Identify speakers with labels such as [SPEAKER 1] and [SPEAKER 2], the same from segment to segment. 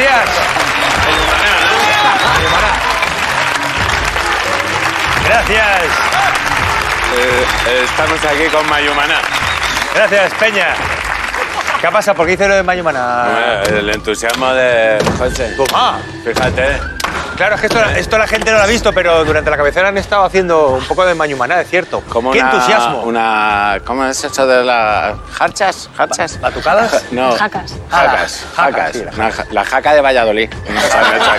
[SPEAKER 1] días. Gracias.
[SPEAKER 2] Eh, estamos aquí con Mayumaná.
[SPEAKER 1] Gracias, Peña. ¿Qué pasa? ¿Por qué hice lo de Mayumana?
[SPEAKER 2] Eh, El entusiasmo de José.
[SPEAKER 1] Ah,
[SPEAKER 2] Fíjate. eh,
[SPEAKER 1] claro, es que esto, esto la gente no lo ha visto, pero durante la cabecera han estado haciendo un poco de Mayumana, es cierto.
[SPEAKER 2] Como
[SPEAKER 1] ¡Qué
[SPEAKER 2] una-
[SPEAKER 1] entusiasmo!
[SPEAKER 2] Una, ¿Cómo es eso de las jarchas? ¿Jarchas?
[SPEAKER 1] ¿Batucadas?
[SPEAKER 2] No.
[SPEAKER 3] Jacas.
[SPEAKER 2] Jacas.
[SPEAKER 1] Jacas,
[SPEAKER 2] Jacas.
[SPEAKER 1] sí, la
[SPEAKER 2] Una ja- la jaca de Valladolid. Una jaca.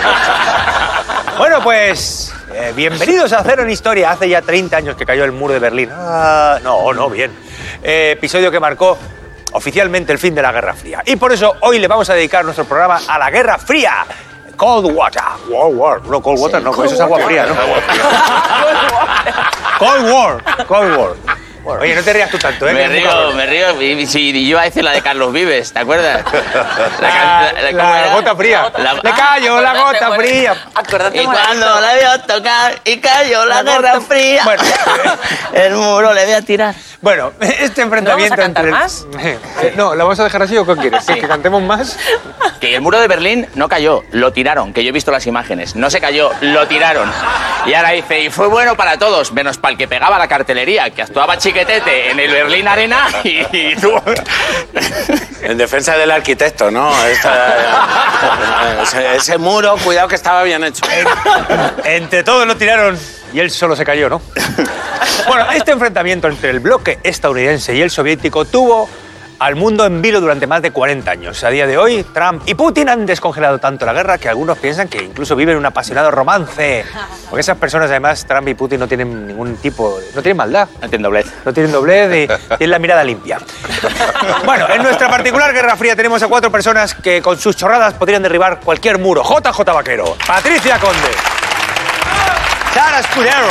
[SPEAKER 1] Bueno, pues eh, bienvenidos a Cero en Historia. Hace ya 30 años que cayó el muro de Berlín. Ah, no, no, bien. Eh, episodio que marcó oficialmente el fin de la Guerra Fría. Y por eso hoy le vamos a dedicar nuestro programa a la Guerra Fría. Cold Water. World War. No, Cold Water no, pues eso es agua fría, ¿no? Cold War. Cold War. Oye, no te rías tú tanto, ¿eh?
[SPEAKER 4] Me
[SPEAKER 1] Que es un
[SPEAKER 4] río,
[SPEAKER 1] cabrón.
[SPEAKER 4] me río. Y, si y yo iba a decir la de Carlos Vives, ¿te acuerdas?
[SPEAKER 1] La,
[SPEAKER 4] can- ¿cómo
[SPEAKER 1] la
[SPEAKER 4] era?
[SPEAKER 1] gota fría.
[SPEAKER 4] La-
[SPEAKER 1] Le cayó la gota fría.
[SPEAKER 4] Y cuando la vio tocar y cayó la,
[SPEAKER 1] La
[SPEAKER 4] guerra
[SPEAKER 1] gota-
[SPEAKER 4] fría,
[SPEAKER 1] Bueno. eh.
[SPEAKER 4] el muro le voy a tirar.
[SPEAKER 1] Bueno, este enfrentamiento
[SPEAKER 5] vamos a cantar
[SPEAKER 1] entre.
[SPEAKER 5] más?
[SPEAKER 1] Eh, No, ¿la vamos a dejar así o qué quieres? ¿Que cantemos más?
[SPEAKER 4] Que el muro de Berlín no cayó, lo tiraron, que yo he visto las imágenes. No se cayó, lo tiraron. Y ahora dice, y fue bueno para todos, menos para el que pegaba la cartelería, que actuaba chiquetete en el Berlín Arena y, y tuvo-
[SPEAKER 2] En defensa del arquitecto, ¿no? Esta- ese, ese muro, cuidado que estaba bien hecho.
[SPEAKER 1] Entre todos lo tiraron y él solo se cayó, ¿no? Bueno, este enfrentamiento entre el bloque estadounidense y el soviético tuvo al mundo en vilo durante más de 40 años. A día de hoy, Trump y Putin han descongelado tanto la guerra que algunos piensan que incluso viven un apasionado romance. Porque esas personas, además, Trump y Putin no tienen ningún tipo, de- no tienen maldad.
[SPEAKER 4] No entiendo, Bled.
[SPEAKER 1] No tienen doblez y tienen la mirada limpia. Bueno, en nuestra particular Guerra Fría tenemos a cuatro personas que con sus chorradas podrían derribar cualquier muro. JJ Vaquero, Patricia Conde, Sara Escudero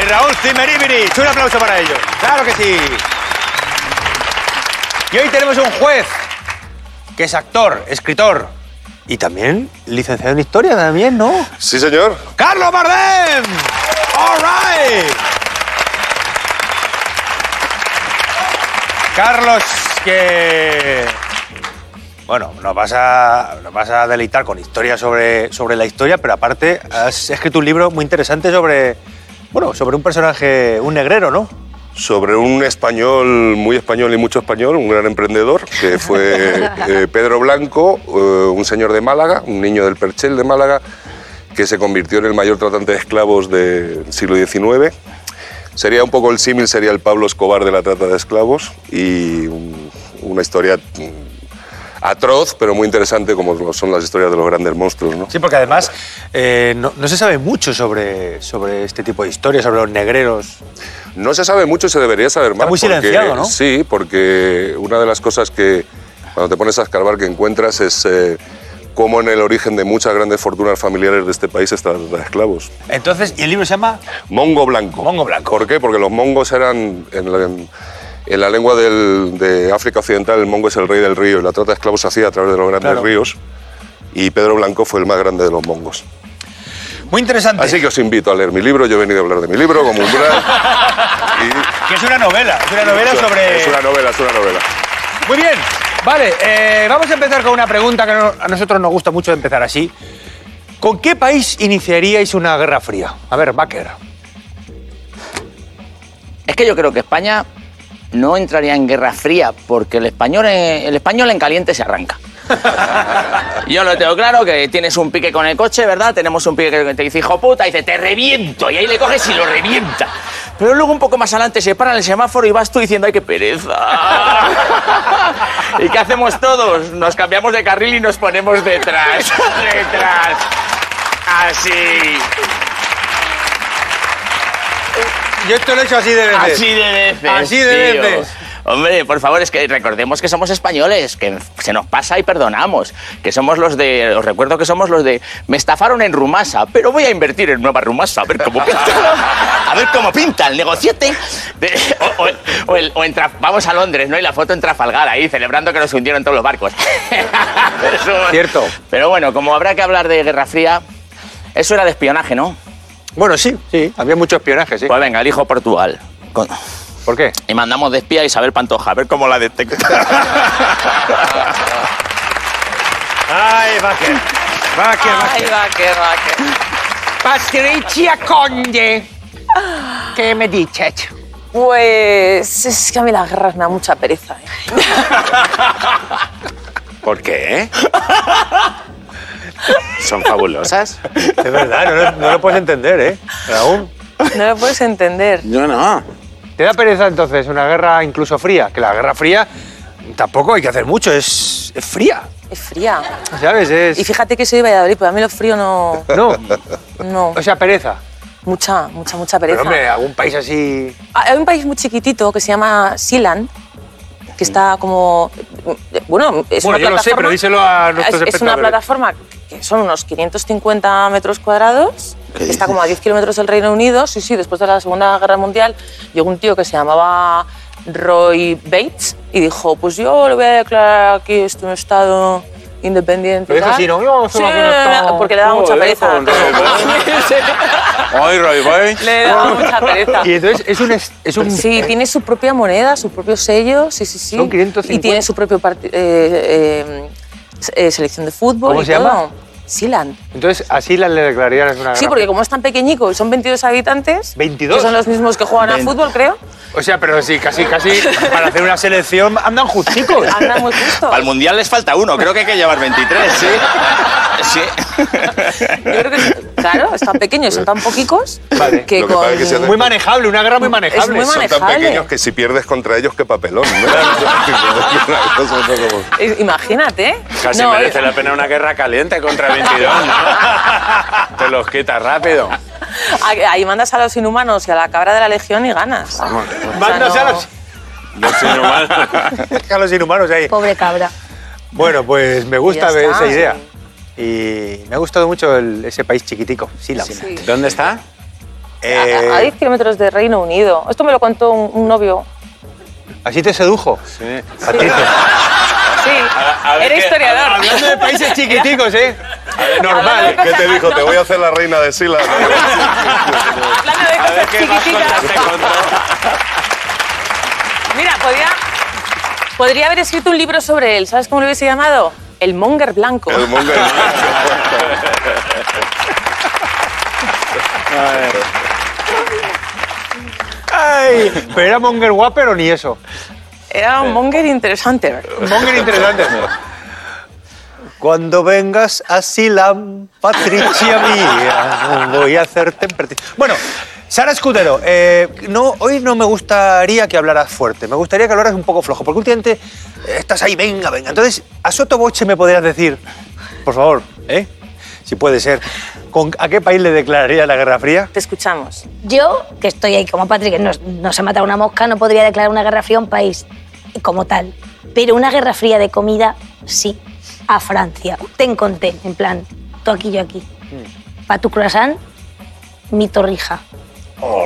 [SPEAKER 1] y Raúl Cimeribirich. Un aplauso para ellos. Claro que sí. Y hoy tenemos un juez que es actor, escritor y también licenciado en historia, también, ¿no?
[SPEAKER 6] Sí, señor.
[SPEAKER 1] Carlos Bardem. All right. Carlos, que bueno, nos vas a nos vas a deleitar con historia sobre sobre la historia, pero aparte has escrito un libro muy interesante sobre bueno, sobre un personaje, un negrero, ¿no?
[SPEAKER 6] Sobre un español, muy español y mucho español, un gran emprendedor, que fue eh, Pedro Blanco, eh, un señor de Málaga, un niño del Perchel de Málaga, que se convirtió en el mayor tratante de esclavos del siglo XIX. Sería un poco el símil, sería el Pablo Escobar de la trata de esclavos y un- una historia mm, atroz, pero muy interesante, como lo son las historias de los grandes monstruos, ¿no?
[SPEAKER 1] Sí, porque además eh, no, no se sabe mucho sobre, sobre este tipo de historias, sobre los negreros.
[SPEAKER 6] No se sabe mucho y se debería saber más.
[SPEAKER 1] muy
[SPEAKER 6] porque-
[SPEAKER 1] silenciado, ¿no?
[SPEAKER 6] Sí, porque una de las cosas que cuando te pones a escarbar que encuentras es eh, cómo en el origen de muchas grandes fortunas familiares de este país está la trata de esclavos.
[SPEAKER 1] Entonces, y el libro se llama
[SPEAKER 6] Mongo blanco.
[SPEAKER 1] Mongo blanco.
[SPEAKER 6] ¿Por qué? Porque los mongos eran en la, en- en la lengua del- de África Occidental el mongo es el rey del río y la trata de esclavos se hacía a través de los grandes
[SPEAKER 1] Claro.
[SPEAKER 6] ríos. Y Pedro Blanco fue el más grande de los mongos.
[SPEAKER 1] muy interesante.
[SPEAKER 6] Así que os invito a leer mi libro. Yo he venido a hablar de mi libro como un gran.
[SPEAKER 1] que es una novela, es una novela sobre
[SPEAKER 6] Es una novela, es una novela.
[SPEAKER 1] Muy bien, vale, eh, vamos a empezar con una pregunta que no- a nosotros nos gusta mucho empezar así. ¿Con qué país iniciaríais una guerra fría? A ver, Baker.
[SPEAKER 4] Es que yo creo que España no entraría en guerra fría porque el español, en- el español en caliente se arranca. Yo lo tengo claro, que tienes un pique con el coche, ¿verdad? Tenemos un pique que te dice, hijo puta, y dice, te reviento. Y ahí le coges y lo revienta. Pero luego un poco más adelante se para en el semáforo y vas tú diciendo, ay, qué pereza. ¿Y qué hacemos todos? Nos cambiamos de carril y nos ponemos detrás. Detrás. Así.
[SPEAKER 1] Yo esto lo he hecho así de
[SPEAKER 4] Así de veces.
[SPEAKER 1] Así de
[SPEAKER 4] tío.
[SPEAKER 1] veces.
[SPEAKER 4] Hombre, por favor, es que recordemos que somos españoles, que se nos pasa y perdonamos, que somos los de, os recuerdo que somos los de, me estafaron en Rumasa, pero voy a invertir en Nueva Rumasa, a ver cómo pinta, a ver cómo pinta el negociete. De- o, o- o el- o en Traf- vamos a Londres, ¿no? Y la foto en Trafalgar ahí, celebrando que nos hundieron todos los barcos. Eso-
[SPEAKER 1] Cierto.
[SPEAKER 4] Pero bueno, como habrá que hablar de Guerra Fría, eso era de espionaje, ¿no?
[SPEAKER 1] Bueno, sí, sí, había mucho espionaje, sí.
[SPEAKER 4] Pues venga, elijo Portugal. Con-
[SPEAKER 1] ¿Por qué?
[SPEAKER 4] y mandamos de espía a Isabel Pantoja, a ver cómo la detecta.
[SPEAKER 1] Ay, Baker. Baker,
[SPEAKER 3] Ay,
[SPEAKER 1] Baker.
[SPEAKER 3] va, que va, que.
[SPEAKER 5] Patricia Conde. ¿Qué me dices?
[SPEAKER 3] Pues es que a mí las guerras me da mucha pereza. ¿eh?
[SPEAKER 2] ¿Por qué? Son fabulosas.
[SPEAKER 1] Es verdad, no lo, no lo puedes entender, ¿eh? Aún.
[SPEAKER 3] No lo puedes entender.
[SPEAKER 2] Yo no.
[SPEAKER 1] ¿Te da pereza entonces una guerra incluso fría? Que la guerra fría tampoco hay que hacer mucho, es, es fría.
[SPEAKER 3] Es fría.
[SPEAKER 1] ¿Sabes?
[SPEAKER 3] Y
[SPEAKER 1] Es.
[SPEAKER 3] fíjate que soy de Valladolid, pero a mí lo frío no.
[SPEAKER 1] No.
[SPEAKER 3] No.
[SPEAKER 1] O sea, pereza.
[SPEAKER 3] Mucha, mucha, mucha
[SPEAKER 1] Pero
[SPEAKER 3] pereza.
[SPEAKER 1] hombre, algún país así.
[SPEAKER 3] Ah, Hay un país muy chiquitito que se llama Sealand, que está como. Bueno, es
[SPEAKER 1] Bueno,
[SPEAKER 3] una
[SPEAKER 1] yo lo sé,
[SPEAKER 3] plataforma-
[SPEAKER 1] pero díselo a nuestros
[SPEAKER 3] es, es una
[SPEAKER 1] espectadores.
[SPEAKER 3] plataforma que son unos 550 metros cuadrados, que está como a 10 kilómetros del Reino Unido. Sí, sí, después de la Segunda Guerra Mundial llegó un tío que se llamaba Roy Bates y dijo: Pues yo lo voy a declarar aquí, esto es un estado independiente.
[SPEAKER 1] Lo
[SPEAKER 3] y
[SPEAKER 1] dijo
[SPEAKER 3] tal".
[SPEAKER 1] así, ¿no? Yo, vamos a
[SPEAKER 3] Sí,
[SPEAKER 1] hacer una guerra, estamos-
[SPEAKER 3] porque le daba mucha
[SPEAKER 2] Joder,
[SPEAKER 3] pereza.
[SPEAKER 2] con Roy Hoy, Roy Boy.
[SPEAKER 3] Le daba mucha pereza.
[SPEAKER 1] Y entonces es un. es- es un-
[SPEAKER 3] Sí, tiene su propia moneda, su propio sello, sí, sí, sí.
[SPEAKER 1] Son 550.
[SPEAKER 3] Y tiene su propia eh, selección de fútbol.
[SPEAKER 1] ¿Cómo
[SPEAKER 3] y
[SPEAKER 1] se llama? Ah,
[SPEAKER 3] todo. Silan.
[SPEAKER 1] Entonces así la le declararían es una guerra.
[SPEAKER 3] Sí, porque como es tan pequeñico y son 22 habitantes,
[SPEAKER 1] 22.
[SPEAKER 3] que son los mismos que juegan al fútbol, creo,
[SPEAKER 1] O sea, pero sí, casi, casi para hacer una selección andan justicos.
[SPEAKER 3] andan muy justo.
[SPEAKER 4] Para el mundial les falta uno, creo que hay que llevar 23, ¿sí? Sí.
[SPEAKER 3] Yo creo que, es- claro, están pequeños, son tan poquicos
[SPEAKER 1] Vale.
[SPEAKER 3] que
[SPEAKER 6] Lo que
[SPEAKER 3] con...
[SPEAKER 6] pasa es que se hace-
[SPEAKER 1] Muy manejable, una guerra muy manejable.
[SPEAKER 3] muy
[SPEAKER 6] Son tan
[SPEAKER 3] manejable.
[SPEAKER 6] pequeños que si pierdes contra ellos, qué papelón. ¿no? Una cosa un poco como-
[SPEAKER 3] Eh, Imagínate.
[SPEAKER 2] Casi
[SPEAKER 3] No,
[SPEAKER 2] merece
[SPEAKER 3] eh,
[SPEAKER 2] la pena una guerra caliente contra 22. ¿no? Te los quitas rápido.
[SPEAKER 3] Ahí mandas a los inhumanos y a la cabra de la legión y ganas.
[SPEAKER 1] Mándase a
[SPEAKER 3] no.
[SPEAKER 1] los,
[SPEAKER 2] No soy normal.
[SPEAKER 1] a los inhumanos ahí.
[SPEAKER 7] Pobre cabra.
[SPEAKER 1] Bueno, pues me gusta
[SPEAKER 3] Y ya está,
[SPEAKER 1] esa idea. Y me ha gustado mucho el- ese país chiquitico, sí, la
[SPEAKER 3] Sí.
[SPEAKER 2] ¿Dónde está?
[SPEAKER 1] Eh,
[SPEAKER 3] A, a 10 kilómetros de Reino Unido. Esto me lo contó un, un novio.
[SPEAKER 1] Así te sedujo.
[SPEAKER 2] Sí.
[SPEAKER 1] Patricia.
[SPEAKER 3] Sí,
[SPEAKER 2] a ver
[SPEAKER 3] era
[SPEAKER 2] qué-
[SPEAKER 3] historiador.
[SPEAKER 1] Hablando de países chiquiticos, ¿eh? Normal.
[SPEAKER 6] ¿Qué te dijo? Te voy a hacer la reina de Sila.
[SPEAKER 3] Hablando de
[SPEAKER 2] A ver
[SPEAKER 3] cosas
[SPEAKER 2] qué más
[SPEAKER 3] chiquiticas.
[SPEAKER 2] cosas te contó.
[SPEAKER 3] Mira, podía, podría haber escrito un libro sobre él. ¿Sabes cómo lo hubiese llamado? El Monger Blanco.
[SPEAKER 6] El mundo
[SPEAKER 1] Ay, pero era Monger Whopper o ni eso.
[SPEAKER 3] Era un Monger interesante.
[SPEAKER 1] Monger interesante. Cuando vengas a Silam, Patricia mía, voy a hacerte en perti- Bueno, Sara Escudero, eh, no, hoy no me gustaría que hablaras fuerte, me gustaría que hablaras un poco flojo, porque últimamente eh, estás ahí, venga, venga. Entonces, a Sotoboche me podrías decir, por favor, ¿eh? si puede ser, ¿con, ¿a qué país le declararía la Guerra Fría?
[SPEAKER 3] Te escuchamos.
[SPEAKER 7] Yo, que estoy ahí como Patrick, que no, no se ha matado una mosca, no podría declarar una guerra fría a un país como tal. Pero una guerra fría de comida, sí. A Francia. Ten con ten, en plan, tú aquí, yo aquí. Pa' tu croissant, mi torrija.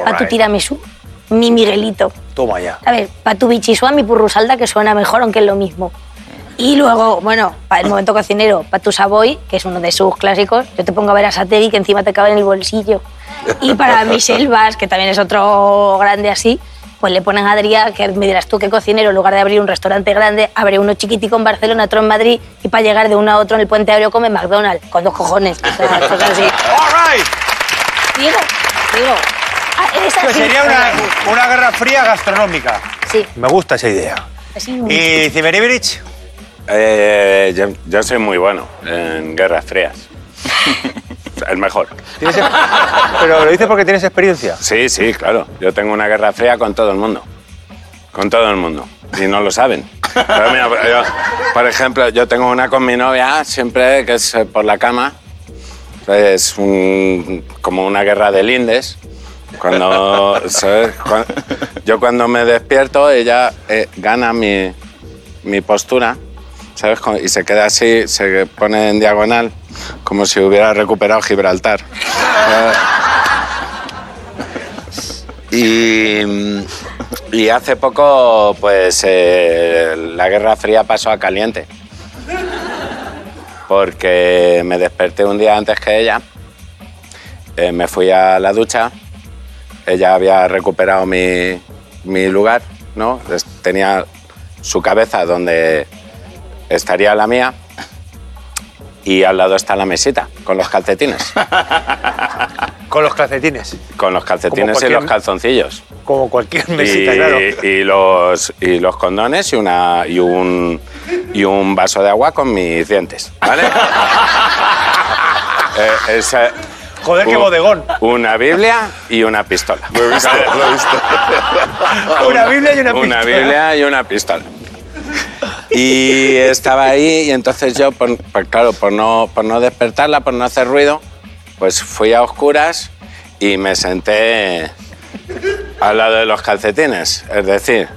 [SPEAKER 7] Pa' tu tiramisú, mi miguelito.
[SPEAKER 1] Toma ya.
[SPEAKER 7] A ver, pa' tu bichisua, mi purrusalda, que suena mejor, aunque es lo mismo. Y luego, bueno, para el momento cocinero, para tu Savoy, que es uno de sus clásicos, yo te pongo a ver a Sateri, que encima te cabe en el bolsillo. Y para Michel Vaz, que también es otro grande así, pues le ponen a Adrià, que me dirás tú qué cocinero, en lugar de abrir un restaurante grande, abre uno chiquitico en Barcelona, otro en Madrid, y para llegar de uno a otro en el puente aéreo come McDonald's, con dos cojones. O sea, esto es así.
[SPEAKER 1] All right.
[SPEAKER 7] Digo, digo. ah, es
[SPEAKER 1] Pues
[SPEAKER 7] así.
[SPEAKER 1] sería una, una Guerra Fría gastronómica.
[SPEAKER 7] Sí,
[SPEAKER 1] Me gusta esa idea.
[SPEAKER 7] así un-
[SPEAKER 1] ¿Y Ciberibridge?
[SPEAKER 2] Eh, yo, yo soy muy bueno en guerras frías. El mejor.
[SPEAKER 1] Tienes- Pero lo dices porque tienes experiencia.
[SPEAKER 2] Sí, sí, claro. Yo tengo una guerra fría con todo el mundo. Con todo el mundo. Y no lo saben. Pero mira, yo, por ejemplo, yo tengo una con mi novia siempre que es eh, por la cama. Es un- como una guerra de lindes. Cuando, ¿sabes? Cuan- yo cuando me despierto, ella eh, gana mi, mi postura. ¿Sabes? Con- Y se queda así, se pone en diagonal, como si hubiera recuperado Gibraltar. Eh, y, y hace poco, pues, eh, la Guerra Fría pasó a caliente. Porque me desperté un día antes que ella, eh, me fui a la ducha, ella había recuperado mi, mi lugar, ¿no? Es- Tenía su cabeza donde estaría la mía y al lado está la mesita con los calcetines.
[SPEAKER 1] Con los calcetines.
[SPEAKER 2] Con los calcetines y
[SPEAKER 1] cualquier-
[SPEAKER 2] los calzoncillos.
[SPEAKER 1] Como cualquier
[SPEAKER 2] Y,
[SPEAKER 1] mesita, claro.
[SPEAKER 2] y los, y los condones y, una, y, un, y un vaso de agua con mis dientes. ¿Vale? Eh, esa-
[SPEAKER 1] Joder, qué
[SPEAKER 2] un-
[SPEAKER 1] bodegón.
[SPEAKER 2] Una Biblia y una pistola.
[SPEAKER 6] Lo he visto, lo he visto.
[SPEAKER 1] Una Biblia y una pistola.
[SPEAKER 2] Una Biblia y una pistola. Y estaba ahí y entonces yo, por, por- claro, por no, por no despertarla, por no hacer ruido, pues fui a oscuras y me senté al lado de los calcetines. Es decir,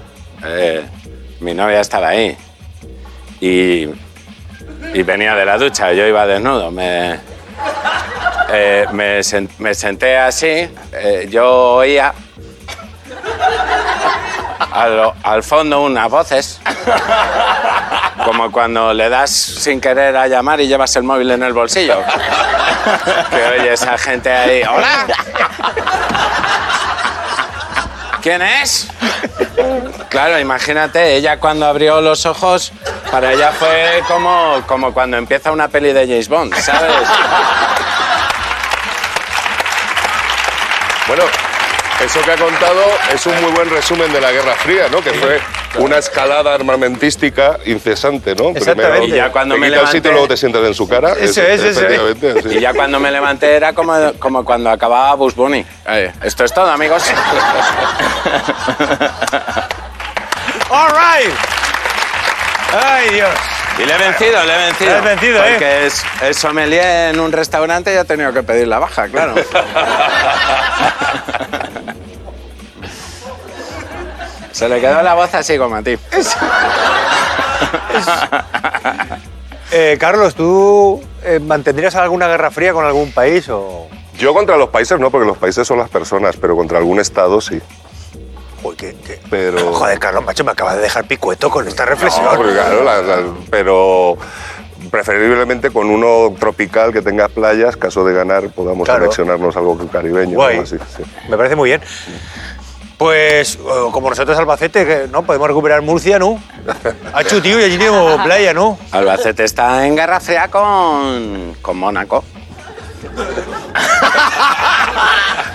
[SPEAKER 2] eh, mi novia estaba ahí y, y venía de la ducha, yo iba desnudo. Me, eh, me, sen- me senté así, eh, yo oía a lo- al fondo unas voces. Como cuando le das sin querer a llamar y llevas el móvil en el bolsillo. Que oye esa gente ahí. ¡Hola! ¿Quién es? Claro, imagínate, ella cuando abrió los ojos, para ella fue como, como cuando empieza una peli de James Bond, ¿sabes?
[SPEAKER 6] Bueno, eso que ha contado es un muy buen resumen de la Guerra Fría, ¿no? Que fue una escalada armamentística incesante, ¿no?
[SPEAKER 1] Exactamente.
[SPEAKER 2] Y ya cuando
[SPEAKER 6] te
[SPEAKER 2] me
[SPEAKER 6] quita el
[SPEAKER 2] levanté-
[SPEAKER 6] sitio, luego te sientas en su cara.
[SPEAKER 1] Eso es, eso es.
[SPEAKER 6] efectivamente, sí.
[SPEAKER 2] Y ya cuando me levanté era como, como cuando acababa Bus Bunny. Eh, Esto es todo, amigos.
[SPEAKER 1] All right. Ay, Dios.
[SPEAKER 2] Y le he vencido, le he vencido.
[SPEAKER 1] Le has vencido, ¿eh?
[SPEAKER 2] Porque es, es sommelier en un restaurante y ha tenido que pedir la baja, claro. Se le quedó la voz así como a ti.
[SPEAKER 1] Eh, Carlos, ¿tú eh, mantendrías alguna guerra fría con algún país o...?
[SPEAKER 6] Yo contra los países no, porque los países son las personas, pero contra algún estado sí.
[SPEAKER 1] Joder, que- que-
[SPEAKER 6] Pero-
[SPEAKER 1] Joder, Carlos, macho, me acabas de dejar picueto con esta reflexión.
[SPEAKER 6] No, porque claro, la- la- pero preferiblemente con uno tropical que tenga playas, caso de ganar podamos
[SPEAKER 1] Claro.
[SPEAKER 6] seleccionarnos algo caribeño.
[SPEAKER 1] Guay.
[SPEAKER 6] algo así, sí.
[SPEAKER 1] Me parece muy bien. Pues, eh, como nosotros Albacete, que no podemos recuperar Murcia, ¿no? Achu, tío, y allí tenemos playa, ¿no?
[SPEAKER 2] Albacete está en guerra fría con, con Mónaco.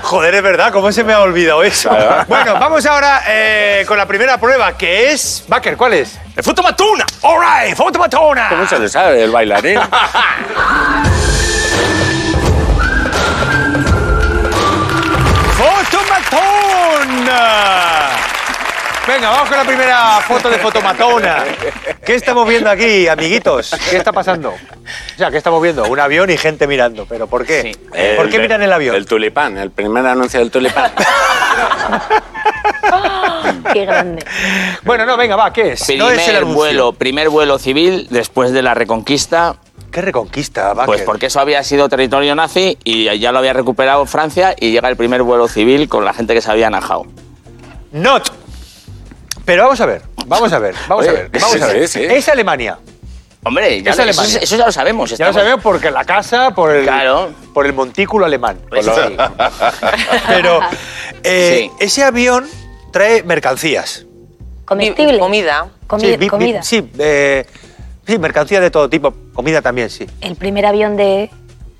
[SPEAKER 1] Joder, es verdad, ¿cómo se me ha olvidado eso? Bueno, vamos ahora eh, con la primera prueba, que es... Baker, ¿cuál es? ¡El Futomatuna! ¡All right! ¡Futomatuna!
[SPEAKER 2] ¿Cómo se le sabe el bailarín?
[SPEAKER 1] ¡Fotomatona! Venga, vamos con la primera foto de Fotomatona. ¿Qué estamos viendo aquí, amiguitos? ¿Qué está pasando? O sea, ¿qué estamos viendo? Un avión y gente mirando. ¿Pero por qué? ¿Por qué
[SPEAKER 2] de-
[SPEAKER 1] miran el avión?
[SPEAKER 2] El tulipán, el primer anuncio del tulipán.
[SPEAKER 7] Qué grande.
[SPEAKER 1] Bueno, no, venga, va, ¿qué es?
[SPEAKER 4] Primer
[SPEAKER 1] no es el anuncio.
[SPEAKER 4] vuelo, primer vuelo civil después de la Reconquista,
[SPEAKER 1] ¿Qué reconquista, va?
[SPEAKER 4] pues porque eso había sido territorio nazi y ya lo había recuperado Francia y llega el primer vuelo civil con la gente que se había najado.
[SPEAKER 1] Not. Pero vamos a ver, vamos a ver, vamos a
[SPEAKER 2] Oye,
[SPEAKER 1] ver, vamos a
[SPEAKER 2] sí,
[SPEAKER 1] ver.
[SPEAKER 2] sí.
[SPEAKER 1] Es Alemania.
[SPEAKER 4] Hombre, ya
[SPEAKER 1] Es
[SPEAKER 4] lo- eso,
[SPEAKER 1] Alemania.
[SPEAKER 4] eso ya lo sabemos.
[SPEAKER 1] Ya lo
[SPEAKER 4] estamos-
[SPEAKER 1] sabemos porque la casa, por el,
[SPEAKER 4] Claro.
[SPEAKER 1] por el montículo alemán.
[SPEAKER 4] Pues sí.
[SPEAKER 1] Pero eh,
[SPEAKER 4] Sí.
[SPEAKER 1] ese avión trae mercancías.
[SPEAKER 7] Comestible.
[SPEAKER 3] Comida.
[SPEAKER 7] Comi-
[SPEAKER 1] vi- vi-
[SPEAKER 7] comida.
[SPEAKER 1] sí, eh, sí, mercancías de todo tipo. Comida también, sí.
[SPEAKER 7] El primer avión de...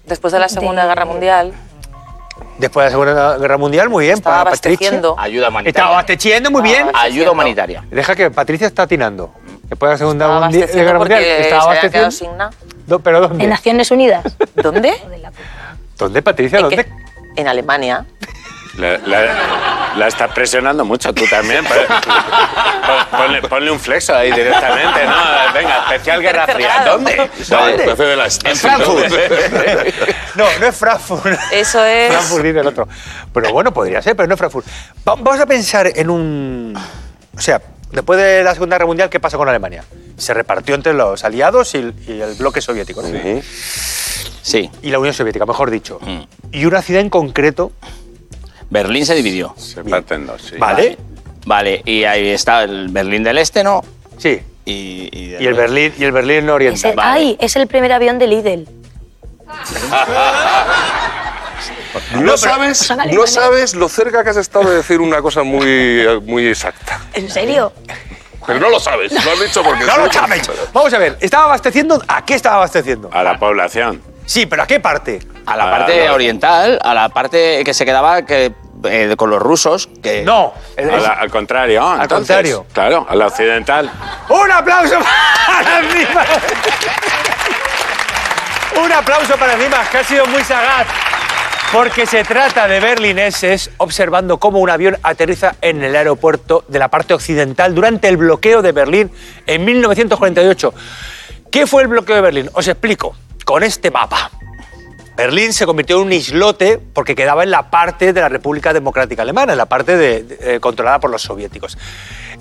[SPEAKER 3] Después de la Segunda
[SPEAKER 7] De-
[SPEAKER 3] Guerra Mundial,
[SPEAKER 1] Después de la Segunda Guerra Mundial, muy bien.
[SPEAKER 3] estaba
[SPEAKER 1] para Patricia.
[SPEAKER 3] abasteciendo.
[SPEAKER 4] Ayuda
[SPEAKER 1] Estaba
[SPEAKER 4] humanitaria.
[SPEAKER 1] abasteciendo, muy bien.
[SPEAKER 3] Estaba
[SPEAKER 4] Ayuda humanitaria.
[SPEAKER 1] Deja que Patricia está atinando. Después de la Segunda
[SPEAKER 3] Estaba
[SPEAKER 1] Mundi-
[SPEAKER 3] abasteciendo
[SPEAKER 1] Guerra
[SPEAKER 3] porque
[SPEAKER 1] Mundial,
[SPEAKER 3] se
[SPEAKER 1] estaba
[SPEAKER 3] había
[SPEAKER 1] abasteciendo.
[SPEAKER 3] quedado sin nada.
[SPEAKER 1] Do- ¿Pero
[SPEAKER 7] De
[SPEAKER 1] dónde?
[SPEAKER 7] Naciones Unidas.
[SPEAKER 3] ¿Dónde?
[SPEAKER 1] ¿Dónde, Patricia?
[SPEAKER 3] En,
[SPEAKER 1] ¿Dónde?
[SPEAKER 3] que- en Alemania.
[SPEAKER 2] La, la- la estás presionando mucho tú también. Pon- pon- Ponle, ponle un flexo ahí directamente, ¿no? Venga, especial Guerra Fría. ¿Dónde?
[SPEAKER 1] ¿Dónde?
[SPEAKER 6] Jefe de la
[SPEAKER 4] En
[SPEAKER 6] Stasi,
[SPEAKER 4] Frankfurt.
[SPEAKER 1] No, no es Frankfurt.
[SPEAKER 3] Eso es.
[SPEAKER 1] Frankfurt dice el otro. Pero bueno, podría ser, pero no es Frankfurt. Va- vamos a pensar en un. O sea, después de la Segunda Guerra Mundial, ¿qué pasó con Alemania? Se repartió entre los aliados y, el- y el bloque soviético, ¿no?
[SPEAKER 4] Sí,
[SPEAKER 1] Y la Unión Soviética, mejor dicho.
[SPEAKER 4] Mm.
[SPEAKER 1] Y una ciudad en concreto,
[SPEAKER 4] Berlín se dividió.
[SPEAKER 2] Se parten dos, sí.
[SPEAKER 1] ¿vale?
[SPEAKER 4] Vale, y ahí está el Berlín del Este, ¿no?
[SPEAKER 1] Sí.
[SPEAKER 4] Y, y-
[SPEAKER 1] Y el Berlín, y el Berlín
[SPEAKER 7] Ese-
[SPEAKER 1] Oriental.
[SPEAKER 4] Vale.
[SPEAKER 7] Ay, es el primer avión de Lidl.
[SPEAKER 6] No sabes,
[SPEAKER 7] son
[SPEAKER 6] no
[SPEAKER 7] alemanes.
[SPEAKER 6] sabes lo cerca que has estado de decir una cosa muy, muy exacta.
[SPEAKER 7] ¿En serio?
[SPEAKER 6] Pero no lo sabes, lo has dicho porque...
[SPEAKER 1] ¡No lo sabes! Vamos a ver, ¿estaba abasteciendo? ¿A qué estaba abasteciendo?
[SPEAKER 2] A la población.
[SPEAKER 1] Sí, pero ¿a qué parte?
[SPEAKER 4] A la
[SPEAKER 2] Ah,
[SPEAKER 4] parte
[SPEAKER 2] no.
[SPEAKER 4] oriental, a la parte que se quedaba que, eh, con los rusos. Que
[SPEAKER 1] No.
[SPEAKER 2] Eh. A la- al contrario. Al
[SPEAKER 1] contrario.
[SPEAKER 2] Claro, a la occidental.
[SPEAKER 1] ¡Un aplauso para Rimas! Un aplauso para Rimas, que ha sido muy sagaz. Porque se trata de berlineses observando cómo un avión aterriza en el aeropuerto de la parte occidental durante el bloqueo de Berlín en 1948. ¿Qué fue el bloqueo de Berlín? Os explico con este mapa. Berlín se convirtió en un islote porque quedaba en la parte de la República Democrática Alemana, en la parte de- de- eh, controlada por los soviéticos.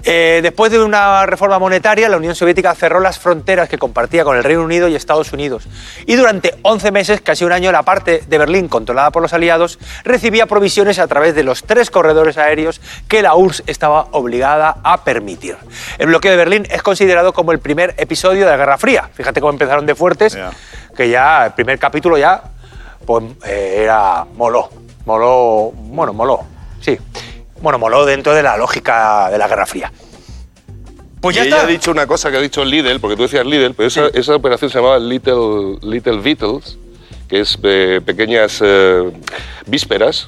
[SPEAKER 1] Eh, después de una reforma monetaria, la Unión Soviética cerró las fronteras que compartía con el Reino Unido y Estados Unidos. Y durante 11 meses, casi un año, la parte de Berlín controlada por los aliados recibía provisiones a través de los tres corredores aéreos que la URSS estaba obligada a permitir. El bloqueo de Berlín es considerado como el primer episodio de la Guerra Fría. Fíjate cómo empezaron de fuertes, que ya el primer capítulo ya pues eh, era moló, moló, bueno, moló, sí. Bueno, moló dentro de la lógica de la Guerra Fría. Pues
[SPEAKER 6] Y
[SPEAKER 1] ya
[SPEAKER 6] ella
[SPEAKER 1] está.
[SPEAKER 6] ha dicho una cosa que ha dicho Lidl, porque tú decías Lidl, pero esa, esa operación se llamaba Little, Little Beatles, que es eh, pequeñas eh, vísperas.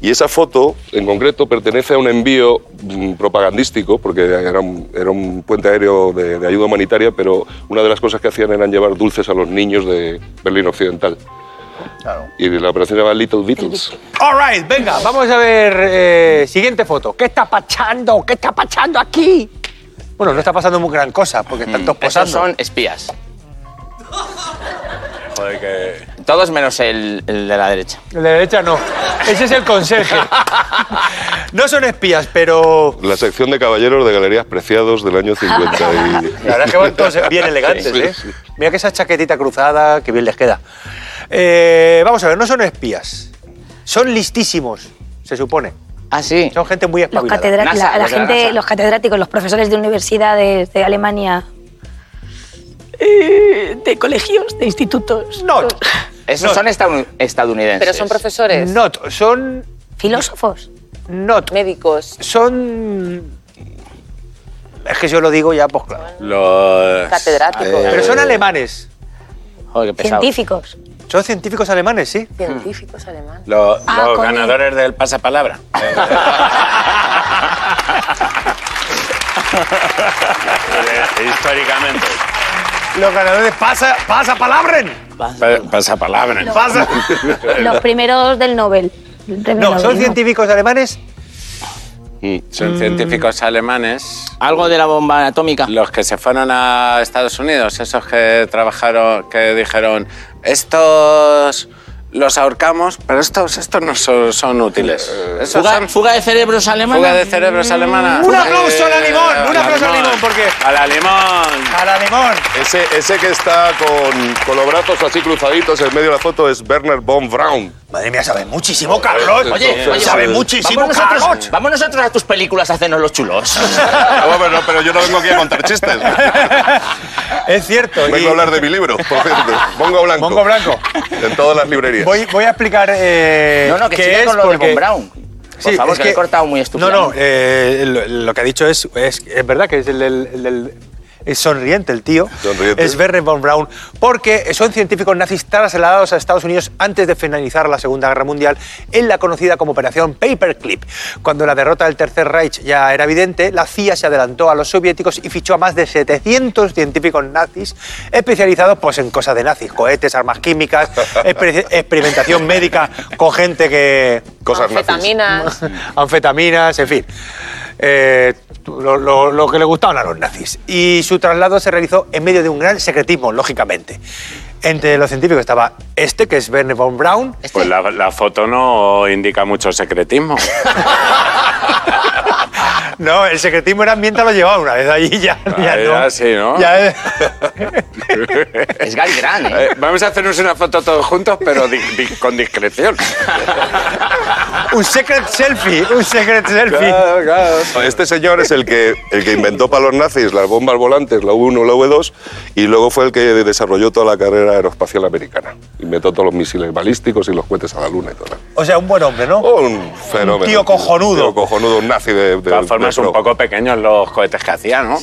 [SPEAKER 6] Y esa foto, en concreto, pertenece a un envío mm, propagandístico, porque era un, era un puente aéreo de, de ayuda humanitaria, pero una de las cosas que hacían era llevar dulces a los niños de Berlín Occidental. Y la operación se llamaba Little Beatles.
[SPEAKER 1] All right, venga, vamos a ver eh, siguiente foto.
[SPEAKER 5] ¿Qué
[SPEAKER 1] ¿Qué?
[SPEAKER 5] está pasando? ¿Qué está pasando aquí?
[SPEAKER 1] Bueno, no está pasando muy gran cosa porque están todos
[SPEAKER 4] Mm, Esos
[SPEAKER 1] posando.
[SPEAKER 4] son espías.
[SPEAKER 2] Joder, que.
[SPEAKER 4] Todos menos el, el de la derecha.
[SPEAKER 1] El de derecha no. Ese es el conserje. no son espías, pero
[SPEAKER 6] La sección de caballeros de Galerías Preciados del año 50. y-
[SPEAKER 1] La verdad es que van todos bien elegantes,
[SPEAKER 6] Sí,
[SPEAKER 1] ¿eh?
[SPEAKER 6] sí.
[SPEAKER 1] Mira que esa chaquetita cruzada, que bien les queda. Eh, vamos a ver, no son espías. Son listísimos, se supone.
[SPEAKER 4] Ah, sí.
[SPEAKER 1] Son gente muy
[SPEAKER 7] Los,
[SPEAKER 1] espabilada.
[SPEAKER 7] catedra-
[SPEAKER 4] NASA,
[SPEAKER 7] la, la
[SPEAKER 4] los de la
[SPEAKER 7] gente,
[SPEAKER 4] NASA.
[SPEAKER 7] los catedráticos, los profesores de universidades de Alemania.
[SPEAKER 8] Eh, de colegios, de institutos.
[SPEAKER 1] Not.
[SPEAKER 4] Esos
[SPEAKER 1] No.
[SPEAKER 4] son estadoun- estadounidenses.
[SPEAKER 3] Pero son profesores,
[SPEAKER 1] Not. Son.
[SPEAKER 7] Filósofos.
[SPEAKER 1] Not.
[SPEAKER 3] médicos,
[SPEAKER 1] Son. Es que yo lo digo ya, pues claro.
[SPEAKER 2] Los.
[SPEAKER 3] catedráticos,
[SPEAKER 1] Pero son alemanes.
[SPEAKER 4] Joder, qué pesado.
[SPEAKER 7] Científicos.
[SPEAKER 1] Son científicos alemanes, sí.
[SPEAKER 3] científicos alemanes.
[SPEAKER 2] Los,
[SPEAKER 7] Ah,
[SPEAKER 2] los
[SPEAKER 7] con él.
[SPEAKER 2] ganadores del pasapalabra. Eh, eh, Históricamente.
[SPEAKER 1] Los ganadores pasa, pasa palabren.
[SPEAKER 2] Pa- pasapalabra.
[SPEAKER 1] Pasa.
[SPEAKER 7] Los primeros del Nobel. el premio
[SPEAKER 1] No,
[SPEAKER 7] Nobel,
[SPEAKER 1] son científicos alemanes.
[SPEAKER 2] Son científicos alemanes.
[SPEAKER 4] Algo de la bomba atómica.
[SPEAKER 2] Los que se fueron a Estados Unidos, esos que trabajaron, que dijeron, estos los ahorcamos, pero estos, estos no son, son útiles.
[SPEAKER 1] Eh,
[SPEAKER 2] Esos
[SPEAKER 4] Fuga,
[SPEAKER 2] son
[SPEAKER 4] fuga de cerebros alemana.
[SPEAKER 2] fuga de cerebros alemana.
[SPEAKER 1] Un aplauso a la Limón, un aplauso a la Limón, porque-
[SPEAKER 2] A la limón.
[SPEAKER 1] A la limón.
[SPEAKER 6] Ese, ese que está con, con los brazos así cruzaditos en medio de la foto es Werner von Braun.
[SPEAKER 1] Madre mía, sabe muchísimo, Carlos.
[SPEAKER 6] Oye, oye,
[SPEAKER 1] sabe
[SPEAKER 6] oye,
[SPEAKER 1] muchísimo,
[SPEAKER 4] Vamos nosotros,
[SPEAKER 1] Carlos.
[SPEAKER 4] vamos nosotros a tus películas a hacernos los chulos.
[SPEAKER 6] No, pero, no, pero yo no vengo aquí a contar chistes.
[SPEAKER 1] Es cierto. y-
[SPEAKER 6] Vengo a hablar de mi libro, por cierto. Mongo Blanco.
[SPEAKER 1] Mongo Blanco.
[SPEAKER 6] En todas las librerías.
[SPEAKER 1] Voy, voy a explicar eh,
[SPEAKER 4] No, no, que
[SPEAKER 1] qué
[SPEAKER 4] siga
[SPEAKER 1] es
[SPEAKER 4] con lo
[SPEAKER 1] porque-
[SPEAKER 4] de Von Braun. Por
[SPEAKER 1] Sí,
[SPEAKER 4] favor,
[SPEAKER 1] es
[SPEAKER 4] que, le he cortado muy estúpido.
[SPEAKER 1] No, no, eh, lo, lo que ha dicho es, es, es verdad que es el, del- el del- es sonriente el tío.
[SPEAKER 6] Sonriente.
[SPEAKER 1] Es Werner von Braun, porque son científicos nazis trasladados a Estados Unidos antes de finalizar la Segunda Guerra Mundial en la conocida como Operación Paperclip. Cuando la derrota del Tercer Reich ya era evidente, la CIA se adelantó a los soviéticos y fichó a más de 700 científicos nazis especializados pues, en cosas de nazis, cohetes, armas químicas, exper- experimentación médica con gente que,
[SPEAKER 6] Cosas nazis.
[SPEAKER 3] anfetaminas,
[SPEAKER 1] anfetaminas, en fin. Eh, lo, lo- lo que le gustaban a los nazis. Y su traslado se realizó en medio de un gran secretismo, lógicamente. Entre los científicos estaba este, que es Werner von Braun.
[SPEAKER 2] Pues la, la foto no indica mucho secretismo.
[SPEAKER 1] No, el secretismo era mientras lo llevaba una vez allí ya. ya
[SPEAKER 2] Ah, ya sí, ¿no?
[SPEAKER 1] Ya eh, es-
[SPEAKER 4] Es Gary Grant, ¿eh?
[SPEAKER 2] Eh, vamos a hacernos una foto todos juntos, pero di- di- con discreción.
[SPEAKER 1] un secret selfie, un secret selfie.
[SPEAKER 2] Claro, claro.
[SPEAKER 6] Este señor es el que, el que inventó para los nazis las bombas volantes, la U1, la U2, y luego fue el que desarrolló toda la carrera aeroespacial americana. Inventó todos los misiles balísticos y los cohetes a la luna y todo.
[SPEAKER 1] O sea, un buen hombre, ¿no?
[SPEAKER 6] Un
[SPEAKER 1] Un
[SPEAKER 6] fenómeno.
[SPEAKER 1] tío cojonudo.
[SPEAKER 6] Un tío cojonudo, un nazi de, de,
[SPEAKER 2] De todas formas, es un poco pequeños los cohetes que hacía, ¿no?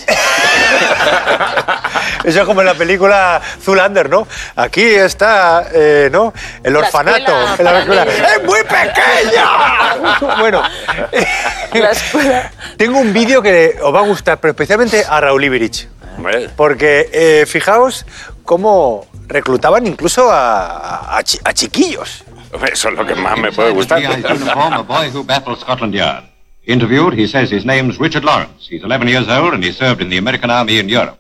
[SPEAKER 1] Eso es como en la película Zulander, ¿no? Aquí está, eh, ¿no? El orfanato.
[SPEAKER 3] escuela para niños.
[SPEAKER 1] ¡Es muy pequeña! bueno,
[SPEAKER 3] La escuela.
[SPEAKER 1] tengo un vídeo que os va a gustar, pero especialmente a Raúl Iberich.
[SPEAKER 2] Hombre,
[SPEAKER 1] Porque eh, fijaos cómo reclutaban incluso a, a chi- a chiquillos.
[SPEAKER 2] eso es lo que más Ah, me puede gustar.
[SPEAKER 9] uniform, a boy who baffled Scotland Yard. Interviewed, he says his name's Richard Lawrence. He's 11 years old and he served in the American Army in Europe.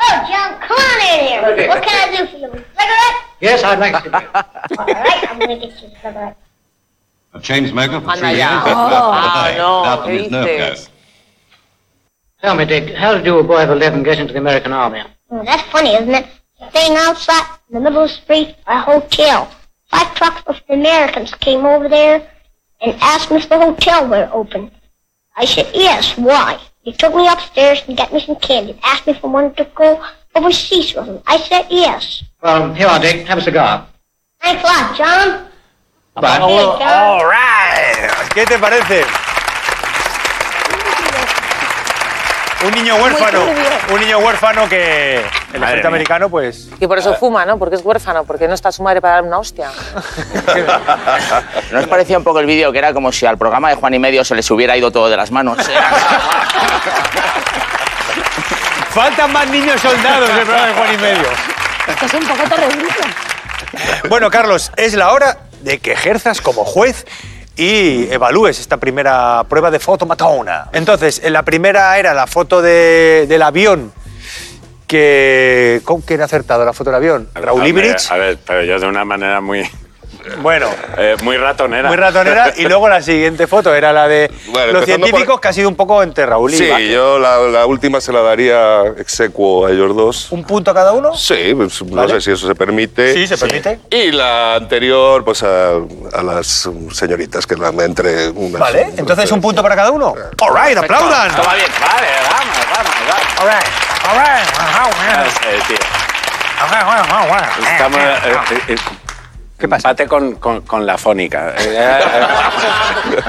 [SPEAKER 10] Oh, John, come on in here. What can I do for you? Cigarette?
[SPEAKER 9] Yes, I'd like to.
[SPEAKER 10] All right, I'm going to get you a cigarette.
[SPEAKER 9] A chain smoker for
[SPEAKER 3] Anda
[SPEAKER 9] three
[SPEAKER 3] ya.
[SPEAKER 9] years. but
[SPEAKER 7] Oh.
[SPEAKER 9] after the
[SPEAKER 3] Ah,
[SPEAKER 9] day,
[SPEAKER 3] no,
[SPEAKER 9] without them,
[SPEAKER 3] ¿qué
[SPEAKER 9] his nerve
[SPEAKER 3] dices?
[SPEAKER 9] goes. Tell me, Dick, how did you, a boy of 11, get into the American Army?
[SPEAKER 10] Oh, that's funny, isn't it? Staying outside in the middle of the street by a hotel. Five trucks of Americans came over there and asked me if the hotel were open. I said, yes, why? They took me upstairs and got me some candy and asked me if I wanted to go overseas with them. I said, yes.
[SPEAKER 9] Well, here are, Dick. Have a cigar.
[SPEAKER 10] Thanks a lot, John.
[SPEAKER 9] But
[SPEAKER 10] Hey, John.
[SPEAKER 1] All right. ¿Qué te parece? Un niño huérfano, un niño huérfano que el
[SPEAKER 2] Madre
[SPEAKER 1] agente
[SPEAKER 2] mía.
[SPEAKER 1] americano, pues.
[SPEAKER 3] Y por eso fuma, ¿no? Porque es huérfano, porque no está su madre para dar una hostia.
[SPEAKER 4] ¿No os parecía un poco el vídeo que era como si al programa de Juan y Medio se les hubiera ido todo de las manos?
[SPEAKER 1] Faltan más niños soldados del programa de Juan y Medio.
[SPEAKER 7] Esto es un poco terrorismo.
[SPEAKER 1] Bueno, Carlos, es la hora de que ejerzas como juez y evalúes esta primera prueba de foto matona. Entonces, en la primera era la foto de- del avión. Que, ¿Con quién ha acertado la foto del avión? Raúl
[SPEAKER 2] A ver,
[SPEAKER 1] Ibrich.
[SPEAKER 2] A ver, pero yo de una manera muy,
[SPEAKER 1] Bueno,
[SPEAKER 2] eh, muy ratonera.
[SPEAKER 1] muy ratonera. Y luego la siguiente foto era la de
[SPEAKER 6] Bueno,
[SPEAKER 1] los
[SPEAKER 6] empezando
[SPEAKER 1] científicos,
[SPEAKER 6] por-
[SPEAKER 1] que ha sido un poco entre Raúl y
[SPEAKER 6] Sí,
[SPEAKER 1] Vázquez.
[SPEAKER 6] yo la, la última se la daría execuo a ellos dos.
[SPEAKER 1] ¿Un punto a cada uno?
[SPEAKER 6] Sí, pues, no
[SPEAKER 1] Vale.
[SPEAKER 6] sé si eso se permite.
[SPEAKER 1] Sí, se permite.
[SPEAKER 6] Y la anterior, pues a, a las um, señoritas que la entre unas.
[SPEAKER 1] Vale, entonces un punto para cada uno. All right, aplaudan.
[SPEAKER 2] Toma bien. Vale, vamos, vamos, vamos.
[SPEAKER 1] All right, all right. Ajá, bueno,
[SPEAKER 2] Eh, tío,
[SPEAKER 1] ajá, bueno, ajá, bueno.
[SPEAKER 2] estamos, eh, eh,
[SPEAKER 1] ¿Qué pasa?
[SPEAKER 2] Empate con, con- con la fónica. Eh, eh, eh.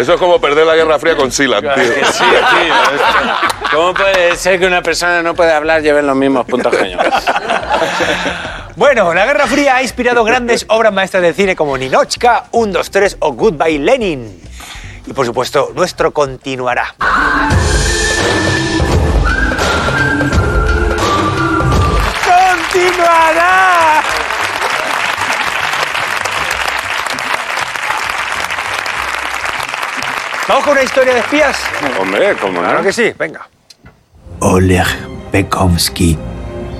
[SPEAKER 6] Eso es como perder la Guerra Fría con Silan,
[SPEAKER 2] Que
[SPEAKER 6] tío.
[SPEAKER 2] sí, tío, esto. ¿Cómo puede ser que una persona no pueda hablar lleven los mismos puntos que yo?
[SPEAKER 1] Bueno, la Guerra Fría ha inspirado grandes obras maestras del cine como Ninochka, 1, 2, 3 o Goodbye Lenin. Y por supuesto, nuestro continuará. ¡Continuará! ¿Vamos con una historia de espías?
[SPEAKER 2] Hombre, como
[SPEAKER 1] Claro
[SPEAKER 2] no.
[SPEAKER 1] que sí, venga.
[SPEAKER 11] Oleg Pekovsky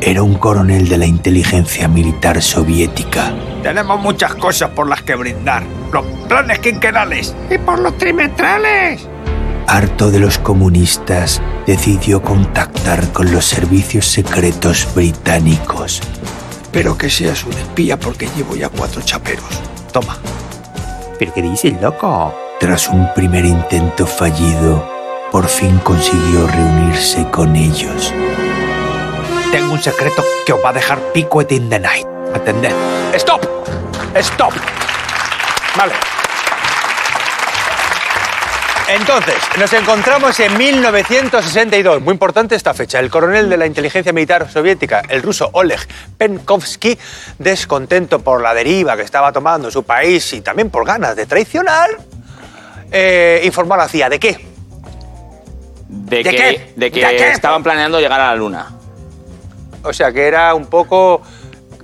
[SPEAKER 11] era un coronel de la inteligencia militar soviética.
[SPEAKER 1] Tenemos muchas cosas por las que brindar. Los planes quinquenales.
[SPEAKER 5] Y por los trimestrales.
[SPEAKER 11] Harto de los comunistas, decidió contactar con los servicios secretos británicos.
[SPEAKER 5] Pero que seas un espía porque llevo ya cuatro chaperos.
[SPEAKER 11] Toma. ¿Pero qué dices, loco? Tras un primer intento fallido, por fin consiguió reunirse con ellos.
[SPEAKER 1] Tengo un secreto que os va a dejar pico in the night. Atended. ¡Stop! ¡Stop! Vale. Entonces, nos encontramos en 1962. Muy importante esta fecha. El coronel de la inteligencia militar soviética, el ruso Oleg Penkovsky, descontento por la deriva que estaba tomando su país y también por ganas de traicionar, eh, informó a la CIA de qué.
[SPEAKER 4] De,
[SPEAKER 1] ¿De
[SPEAKER 4] que,
[SPEAKER 1] qué?
[SPEAKER 4] de que
[SPEAKER 1] ¿De qué?
[SPEAKER 4] estaban planeando llegar a la luna.
[SPEAKER 1] O sea, que era un poco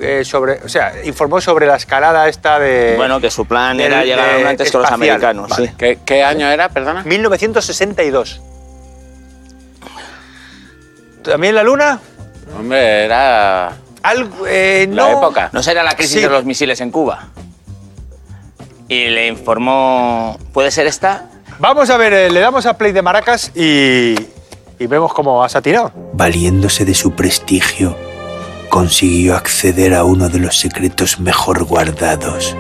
[SPEAKER 1] eh, sobre. O sea, informó sobre la escalada esta de.
[SPEAKER 4] bueno, que su plan
[SPEAKER 1] del-
[SPEAKER 4] era llegar a la luna
[SPEAKER 1] de-
[SPEAKER 4] antes que los
[SPEAKER 1] espacial,
[SPEAKER 4] americanos.
[SPEAKER 1] vale.
[SPEAKER 4] sí.
[SPEAKER 2] ¿Qué, qué año era, perdona?
[SPEAKER 1] 1962. ¿También la luna?
[SPEAKER 2] Hombre, era
[SPEAKER 1] Algo, eh,
[SPEAKER 2] la
[SPEAKER 1] no.
[SPEAKER 2] época.
[SPEAKER 4] ¿No será la crisis
[SPEAKER 1] Sí.
[SPEAKER 4] de los misiles en Cuba? Y le informó, ¿puede ser esta?
[SPEAKER 1] Vamos a ver, eh, le damos a play de maracas y, y vemos cómo has atinado.
[SPEAKER 11] Valiéndose de su prestigio, consiguió acceder a uno de los secretos mejor guardados.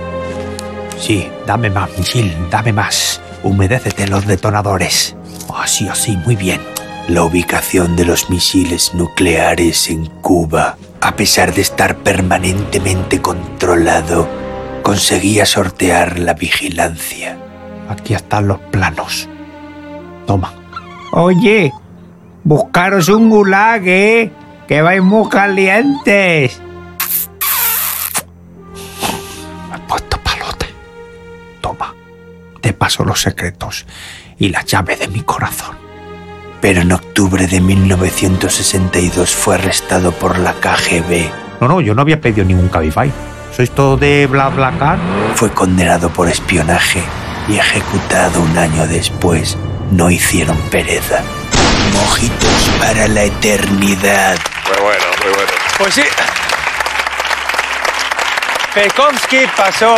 [SPEAKER 5] Sí, dame
[SPEAKER 11] Ah,
[SPEAKER 5] más, misil, dame más. Humedécete los detonadores.
[SPEAKER 11] Ah,
[SPEAKER 5] Así, así, muy bien.
[SPEAKER 11] la ubicación de los misiles nucleares en Cuba. A pesar de estar permanentemente controlado, conseguía sortear la vigilancia.
[SPEAKER 5] Aquí están los planos. Toma. Oye, buscaros un gulag, ¿eh? Que vais muy calientes. Me has puesto palote. Toma. Te paso los secretos y la llave de mi corazón.
[SPEAKER 11] Pero en octubre de 1962 fue arrestado por la KGB.
[SPEAKER 5] No, no, yo no había pedido ningún Cabify. ¿Sois todo de BlaBlaCar?
[SPEAKER 11] Fue condenado por espionaje y ejecutado un año después. No hicieron pereza. Mojitos para la eternidad.
[SPEAKER 6] Muy bueno, muy bueno.
[SPEAKER 1] Pues sí. Perkovsky pasó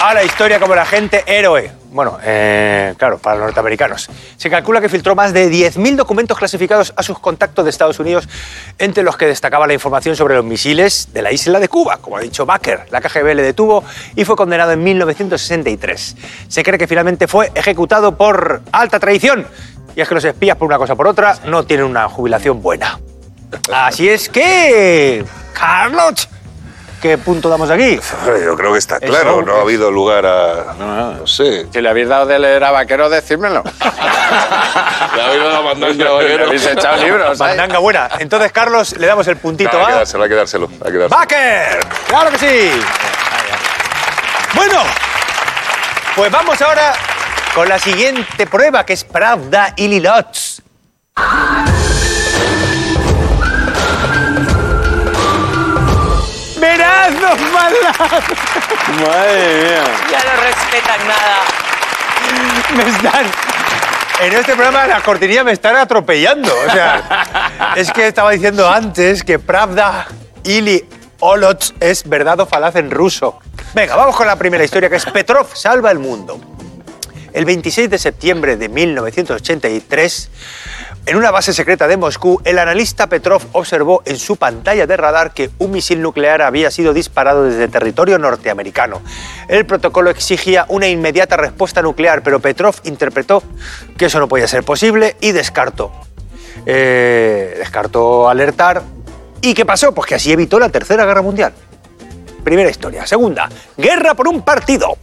[SPEAKER 1] a la historia como el agente héroe. Bueno, eh, claro, para los norteamericanos. Se calcula que filtró más de 10.000 documentos clasificados a sus contactos de Estados Unidos, entre los que destacaba la información sobre los misiles de la isla de Cuba. Como ha dicho Baker, la KGB le detuvo y fue condenado en 1963. Se cree que finalmente fue ejecutado por alta traición. Y es que los espías, por una cosa o por otra, no tienen una jubilación buena. Así es que... Carlos, ¿qué punto damos aquí?
[SPEAKER 6] Yo creo que está claro,
[SPEAKER 1] Eso,
[SPEAKER 6] no ha habido lugar a...
[SPEAKER 2] No, no.
[SPEAKER 6] No sé.
[SPEAKER 2] Si le habéis dado de leer a vaquero, decídmelo.
[SPEAKER 6] Le habéis dado la mandanga,
[SPEAKER 2] Le
[SPEAKER 6] vaquero.
[SPEAKER 2] habéis echado libros. ¿eh? ¿sabes?
[SPEAKER 1] Mandanga buena. Entonces, Carlos, le damos el puntito
[SPEAKER 6] Hay que
[SPEAKER 1] a...
[SPEAKER 6] dárselo, hay que dárselo, hay que dárselo.
[SPEAKER 1] ¡Baker! ¡Claro que sí! Bueno, pues vamos ahora con la siguiente prueba, que es Pravda y Lilots. ¡Verás, los malas!
[SPEAKER 2] Madre mía.
[SPEAKER 3] Ya no respetan nada.
[SPEAKER 1] Me están... En este programa la cortinilla me están atropellando. O sea, es que estaba diciendo antes que Pravda Ili Olots es verdad o falaz en ruso. Venga, vamos con la primera historia, que es Petrov salva el mundo. El 26 de septiembre de 1983, en una base secreta de Moscú, el analista Petrov observó en su pantalla de radar que un misil nuclear había sido disparado desde territorio norteamericano. El protocolo exigía una inmediata respuesta nuclear, pero Petrov interpretó que eso no podía ser posible y descartó. Eh, descartó alertar. ¿Y qué pasó? Pues que así evitó la Tercera Guerra Mundial. Primera historia. Segunda, guerra por un partido.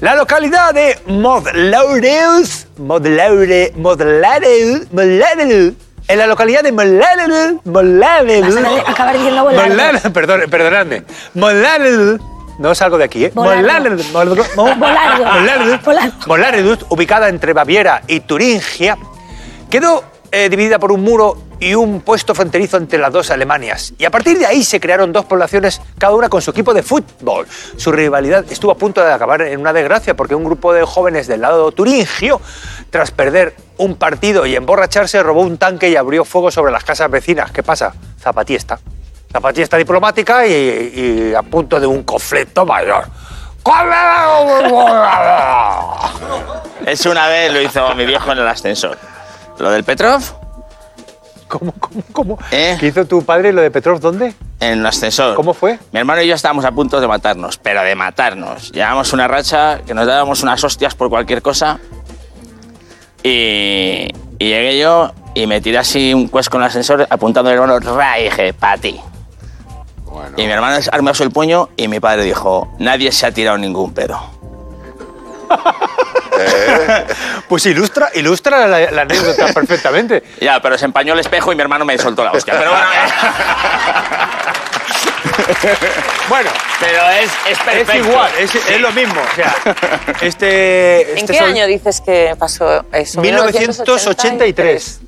[SPEAKER 1] La localidad de Modlareus, Modlaure, Modlareus, Modlareus, en la localidad de Modlareus, Modlareus,
[SPEAKER 7] Vas a acabar diciendo volardo.
[SPEAKER 1] Modlareus, perdón, perdonadme, Modlareus, no salgo de aquí, ¿eh?
[SPEAKER 7] Volardo.
[SPEAKER 1] Modlareus, Modlareus,
[SPEAKER 7] Volardo.
[SPEAKER 1] Modlareus,
[SPEAKER 7] Volardo.
[SPEAKER 1] Modlareus, ubicada entre Baviera y Turingia, quedó eh, dividida por un muro y un puesto fronterizo entre las dos Alemanias. Y a partir de ahí se crearon dos poblaciones, cada una con su equipo de fútbol. Su rivalidad estuvo a punto de acabar en una desgracia porque un grupo de jóvenes del lado turingio, tras perder un partido y emborracharse, robó un tanque y abrió fuego sobre las casas vecinas. ¿Qué pasa? Zapatiesta. Zapatiesta diplomática y, y a punto de un conflicto mayor.
[SPEAKER 4] Eso una vez lo hizo mi viejo en el ascensor. Lo del Petrov,
[SPEAKER 1] ¿Cómo, cómo, cómo?
[SPEAKER 4] ¿Eh?
[SPEAKER 1] ¿Qué hizo tu padre y lo de Petrov dónde?
[SPEAKER 4] en el ascensor.
[SPEAKER 1] ¿Cómo fue?
[SPEAKER 4] Mi hermano y yo estábamos a punto de matarnos, pero de matarnos. Llevábamos una racha que nos dábamos unas hostias por cualquier cosa. Y, y llegué yo y me tiré así un cuesco en el ascensor apuntando a mi hermano, ra, dije, pa' ti.
[SPEAKER 2] Bueno,
[SPEAKER 4] Y mi hermano armó el puño y mi padre dijo, nadie se ha tirado ningún pedo.
[SPEAKER 6] Eh,
[SPEAKER 1] Pues ilustra, ilustra la, la anécdota perfectamente.
[SPEAKER 4] Ya, pero se empañó el espejo y mi hermano me soltó la hostia. Pero bueno, eh,
[SPEAKER 1] Bueno,
[SPEAKER 4] pero es, es perfecto.
[SPEAKER 1] es igual, es, es lo mismo. O sea, este,
[SPEAKER 3] ¿En
[SPEAKER 1] este
[SPEAKER 3] qué
[SPEAKER 1] sol-
[SPEAKER 3] año dices que pasó eso?
[SPEAKER 1] 1983.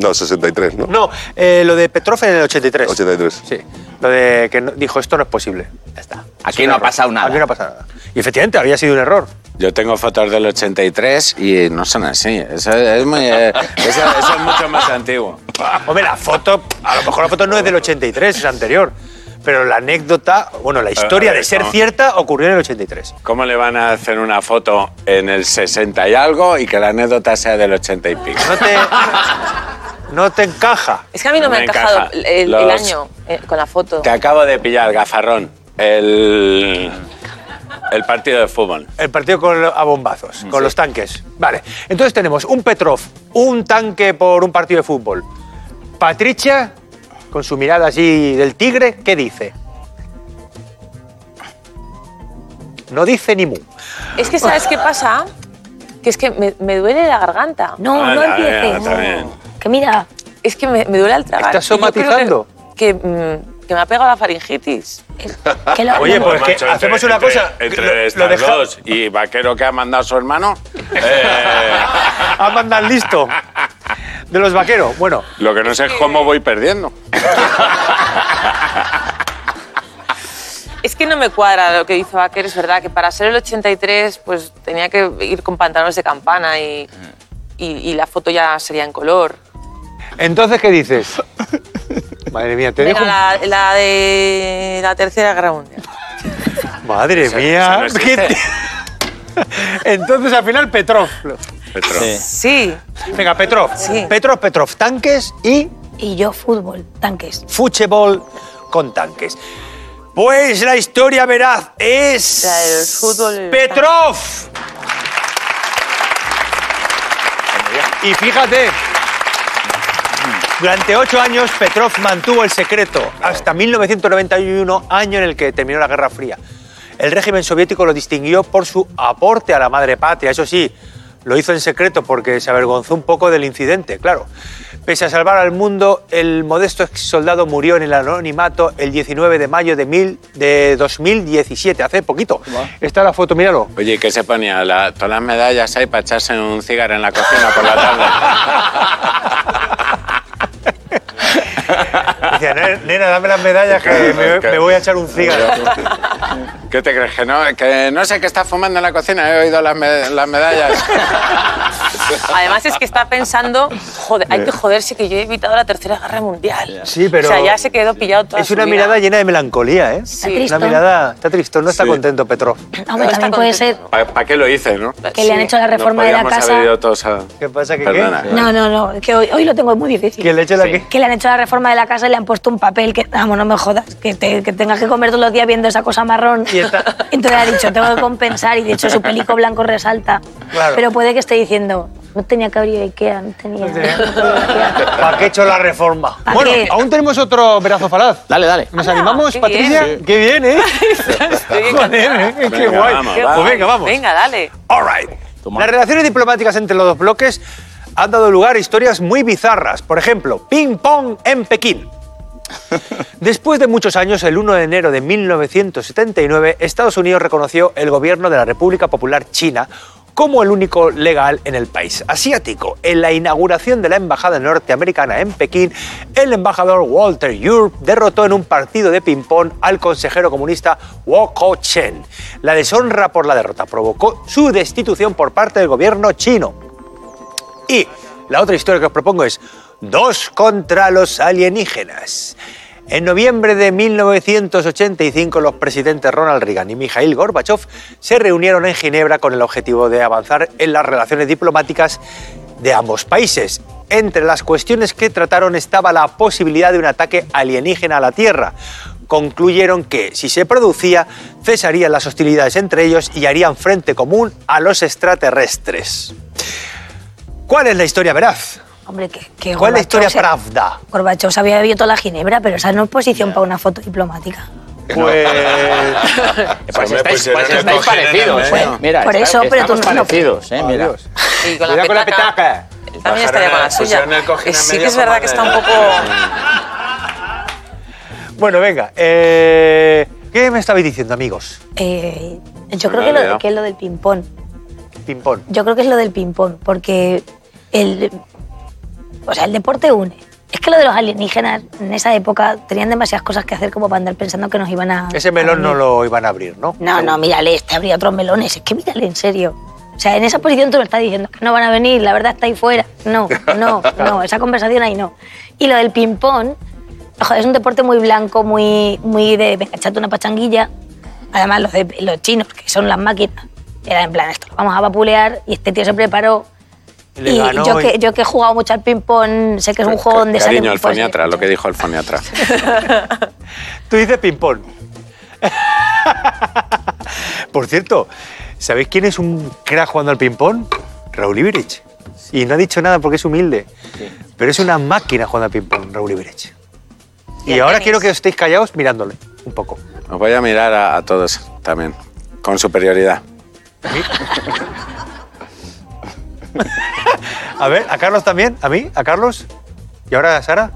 [SPEAKER 6] No, 63, ¿no?
[SPEAKER 1] No, eh, lo de Petrov en el 83.
[SPEAKER 6] 83.
[SPEAKER 1] Sí, lo de que no- dijo, esto no es posible. Ya está.
[SPEAKER 4] Aquí no ha pasado nada.
[SPEAKER 1] Aquí no ha pasado nada. Y efectivamente, había sido un error.
[SPEAKER 2] Yo tengo fotos del 83 y no son así. Eso es, muy, eh, eso- eso es mucho más antiguo.
[SPEAKER 4] Ah.
[SPEAKER 1] Hombre, la foto, a lo mejor la foto no es del 83, es anterior. Pero la anécdota, bueno,
[SPEAKER 4] Eh,
[SPEAKER 1] la historia
[SPEAKER 2] a ver,
[SPEAKER 1] de ser
[SPEAKER 2] no.
[SPEAKER 1] cierta ocurrió en el 83.
[SPEAKER 2] ¿Cómo le van a hacer una foto en el 60 y algo y que la anécdota sea del 80 y pico?
[SPEAKER 1] No te, no te encaja.
[SPEAKER 3] Es que a mí no me,
[SPEAKER 2] Me
[SPEAKER 3] ha encajado
[SPEAKER 2] encaja.
[SPEAKER 3] el, el
[SPEAKER 2] Los-
[SPEAKER 3] año eh, con la foto.
[SPEAKER 2] Te acabo de pillar, gafarrón, el, el partido de fútbol.
[SPEAKER 1] El partido con, lo- a bombazos, con los tanques. Vale. Entonces tenemos un Petrov, un tanque por un partido de fútbol. Patricia, con su mirada así del tigre, ¿qué dice? No dice ni mu.
[SPEAKER 3] Es que ¿sabes qué pasa? que es que me, me duele la garganta.
[SPEAKER 7] No,
[SPEAKER 2] Ah,
[SPEAKER 7] no
[SPEAKER 2] la vea,
[SPEAKER 7] empieces.
[SPEAKER 2] también.
[SPEAKER 7] Que mira,
[SPEAKER 3] Es que me, me duele al tragar.
[SPEAKER 1] ¿Estás
[SPEAKER 3] Y yo creo que-
[SPEAKER 1] somatizando?
[SPEAKER 3] Que, mm, que me ha pegado la faringitis.
[SPEAKER 7] que lo-
[SPEAKER 1] Oye, pues que
[SPEAKER 2] Macho, entre-
[SPEAKER 1] hacemos una
[SPEAKER 2] entre-
[SPEAKER 1] cosa.
[SPEAKER 2] Entre
[SPEAKER 1] lo- lo
[SPEAKER 2] estas
[SPEAKER 1] deja-
[SPEAKER 2] dos y vaquero que ha mandado su hermano. eh,
[SPEAKER 1] A mandar Ah, listo. De los vaqueros. Bueno,
[SPEAKER 2] lo que no sé es cómo voy perdiendo.
[SPEAKER 3] Es que no me cuadra lo que dice Baker, es verdad que para ser el 83 pues tenía que ir con pantalones de campana y, y- y la foto ya sería en color.
[SPEAKER 1] entonces, ¿qué dices? Madre mía, te dejo.
[SPEAKER 3] Venga, la, la de la Tercera Guerra Mundial.
[SPEAKER 1] Madre mía.
[SPEAKER 2] eso no
[SPEAKER 1] ¿Qué te- entonces, al final, Petrov.
[SPEAKER 2] Petro.
[SPEAKER 3] Sí,
[SPEAKER 1] Venga, Petrov.
[SPEAKER 3] Sí.
[SPEAKER 1] Petrov, Petrov. Tanques y
[SPEAKER 7] y yo fútbol, tanques.
[SPEAKER 1] fútbol con tanques. Pues la historia veraz es.
[SPEAKER 3] La del fútbol.
[SPEAKER 1] ¡Petrov! Y fíjate. Durante ocho años, Petrov mantuvo el secreto, hasta 1991, año en el que terminó la Guerra Fría. El régimen soviético lo distinguió por su aporte a la madre patria. Eso sí, lo hizo en secreto porque se avergonzó un poco del incidente, claro. Pese a salvar al mundo, el modesto ex soldado murió en el anonimato el 19 de mayo de, mil- de 2017, hace poquito. Está la foto, míralo.
[SPEAKER 2] Oye, ¿y ¿qué se ponía? La- todas las medallas hay para echarse un cigarro en la cocina por la tarde.
[SPEAKER 1] Decía, "Ne- nena, dame las medallas que me, me voy a echar un cigarro.
[SPEAKER 2] ¿Qué te crees? Que no, que no sé qué está fumando en la cocina, he oído las, me- las medallas.
[SPEAKER 3] Además es que está pensando, joder, hay que joderse que yo he evitado la Tercera Guerra Mundial.
[SPEAKER 1] Sí, pero-
[SPEAKER 3] O sea, ya se quedó pillado toda
[SPEAKER 1] Es
[SPEAKER 3] su
[SPEAKER 1] una
[SPEAKER 3] vida.
[SPEAKER 1] mirada llena de melancolía, ¿eh?
[SPEAKER 3] Sí.
[SPEAKER 1] Una
[SPEAKER 7] Tristón.
[SPEAKER 1] mirada, está tristón, no está contento Petrov.
[SPEAKER 7] Hombre,
[SPEAKER 3] Está
[SPEAKER 7] también puede ser
[SPEAKER 3] contento.
[SPEAKER 2] ¿Para qué lo hice, no?
[SPEAKER 7] que le han hecho la
[SPEAKER 2] No
[SPEAKER 7] reforma de la
[SPEAKER 2] podíamos
[SPEAKER 7] casa.
[SPEAKER 2] haber ido todos a-
[SPEAKER 1] ¿Qué pasa? ¿Que
[SPEAKER 2] Perdona. ¿eh?
[SPEAKER 1] qué?
[SPEAKER 7] No, no, no, que hoy, hoy lo tengo muy difícil.
[SPEAKER 1] ¿Que le eche la qué?
[SPEAKER 7] Que le han hecho la reforma de la casa y le han puesto un papel que, vamos, no me jodas, que, te- que tengas que comer todos los días viendo esa cosa marrón.
[SPEAKER 1] Y está-
[SPEAKER 7] Entonces ha dicho, tengo que compensar y de hecho su pelico blanco resalta.
[SPEAKER 1] Claro.
[SPEAKER 7] Pero puede que esté diciendo, no tenía que abrir Ikea, no tenía... no tenía Ikea".
[SPEAKER 1] ¿Para qué he hecho la reforma?
[SPEAKER 7] ¿Pa'
[SPEAKER 1] Bueno,
[SPEAKER 7] qué?
[SPEAKER 1] aún tenemos otro verazo falaz.
[SPEAKER 4] Dale, dale.
[SPEAKER 1] ¿Nos
[SPEAKER 3] Anda,
[SPEAKER 1] animamos,
[SPEAKER 3] Ah, qué
[SPEAKER 1] Patricia?
[SPEAKER 3] bien.
[SPEAKER 1] ¡Qué bien, eh!
[SPEAKER 3] Estoy
[SPEAKER 1] Joder,
[SPEAKER 3] encantada.
[SPEAKER 1] eh, ¡Qué
[SPEAKER 2] Venga,
[SPEAKER 1] guay!
[SPEAKER 2] vamos,
[SPEAKER 3] Qué
[SPEAKER 1] pues
[SPEAKER 3] guay.
[SPEAKER 1] venga, vamos.
[SPEAKER 3] Venga, dale.
[SPEAKER 1] All right.
[SPEAKER 4] Toma.
[SPEAKER 1] Las relaciones diplomáticas entre los dos bloques han dado lugar a historias muy bizarras. Por ejemplo, ping pong en Pekín. Después de muchos años, el 1 de enero de 1979, Estados Unidos reconoció el gobierno de la República Popular China como el único legal en el país asiático. En la inauguración de la embajada norteamericana en Pekín, el embajador Walter Europe derrotó en un partido de ping-pong al consejero comunista Wu Ko-chen. La deshonra por la derrota provocó su destitución por parte del gobierno chino. Y la otra historia que os propongo es Dos contra los alienígenas. En noviembre de 1985, los presidentes Ronald Reagan y Mikhail Gorbachev se reunieron en Ginebra con el objetivo de avanzar en las relaciones diplomáticas de ambos países. Entre las cuestiones que trataron estaba la posibilidad de un ataque alienígena a la Tierra. Concluyeron que, si se producía, cesarían las hostilidades entre ellos y harían frente común a los extraterrestres. ¿Cuál es la historia veraz?
[SPEAKER 7] Hombre, que,
[SPEAKER 1] ¿Cuál es
[SPEAKER 7] que
[SPEAKER 1] la
[SPEAKER 7] Gorbachev
[SPEAKER 1] historia
[SPEAKER 7] se-
[SPEAKER 1] pravda?
[SPEAKER 7] Gorbachev se había bebido toda la ginebra, pero esa no es posición para una foto diplomática.
[SPEAKER 1] Pues...
[SPEAKER 2] Pues
[SPEAKER 4] Pues
[SPEAKER 2] me
[SPEAKER 4] estáis,
[SPEAKER 2] pusieron
[SPEAKER 4] pues
[SPEAKER 2] el
[SPEAKER 4] estáis
[SPEAKER 2] cojín en el
[SPEAKER 4] parecidos,
[SPEAKER 2] medio.
[SPEAKER 4] ¿eh? Mira,
[SPEAKER 7] Por
[SPEAKER 4] está-
[SPEAKER 7] eso, pero tú
[SPEAKER 4] estamos
[SPEAKER 7] no-
[SPEAKER 4] parecidos, ¿eh? Mira.
[SPEAKER 1] Adiós.
[SPEAKER 3] Y con la,
[SPEAKER 1] Cuidado con la petaca.
[SPEAKER 3] Él también
[SPEAKER 2] Bajaron
[SPEAKER 3] estaría con la
[SPEAKER 2] el- pusieron el
[SPEAKER 3] suya.
[SPEAKER 2] cojín en
[SPEAKER 3] Sí que
[SPEAKER 2] medio
[SPEAKER 3] es verdad
[SPEAKER 2] para
[SPEAKER 3] que está un
[SPEAKER 2] poner-
[SPEAKER 3] poco...
[SPEAKER 1] Bueno, venga. eh, ¿Qué me estabais diciendo, amigos?
[SPEAKER 7] Eh, yo
[SPEAKER 2] Me lo he
[SPEAKER 7] creo que, lo,
[SPEAKER 2] olvidado.
[SPEAKER 7] que es lo del ping-pong.
[SPEAKER 1] Ping-pong.
[SPEAKER 7] Yo creo que es lo del ping-pong, porque el, o sea, el deporte une. Es que lo de los alienígenas en esa época tenían demasiadas cosas que hacer como para andar pensando que nos iban a.
[SPEAKER 1] Ese melón no lo iban a abrir, ¿no?
[SPEAKER 7] No, no, mírale, este habría otros melones. Es que mírale, en serio. O sea, en esa posición tú me estás diciendo que no van a venir, la verdad está ahí fuera. No, no, no, esa conversación ahí no. Y lo del ping-pong, joder, es un deporte muy blanco, muy, muy de venga, echate una pachanguilla. Además, los, de, los chinos, que son las máquinas, era en plan, esto lo vamos a vapulear y este tío se preparó.
[SPEAKER 1] Y le
[SPEAKER 7] y
[SPEAKER 1] ganó
[SPEAKER 7] yo,
[SPEAKER 1] y-
[SPEAKER 7] que, yo que he jugado mucho al ping-pong, sé que es un juego donde salen
[SPEAKER 2] Cariño, el
[SPEAKER 7] cosas.
[SPEAKER 2] foniatra, lo que dijo el foniatra.
[SPEAKER 1] Tú dices ping-pong. Por cierto, ¿sabéis quién es un crack jugando al ping-pong? Raúl Iberich. Y no ha dicho nada porque es humilde. Pero es una máquina jugando al ping-pong, Raúl Iberich.
[SPEAKER 3] Y
[SPEAKER 1] Y,
[SPEAKER 3] al
[SPEAKER 1] ahora
[SPEAKER 3] tenis.
[SPEAKER 1] quiero que estéis callados mirándole un poco.
[SPEAKER 2] Os voy a mirar a, a todos también, con superioridad.
[SPEAKER 1] A ver, ¿a Carlos también? ¿A mí? ¿A Carlos? ¿Y ahora a Sara?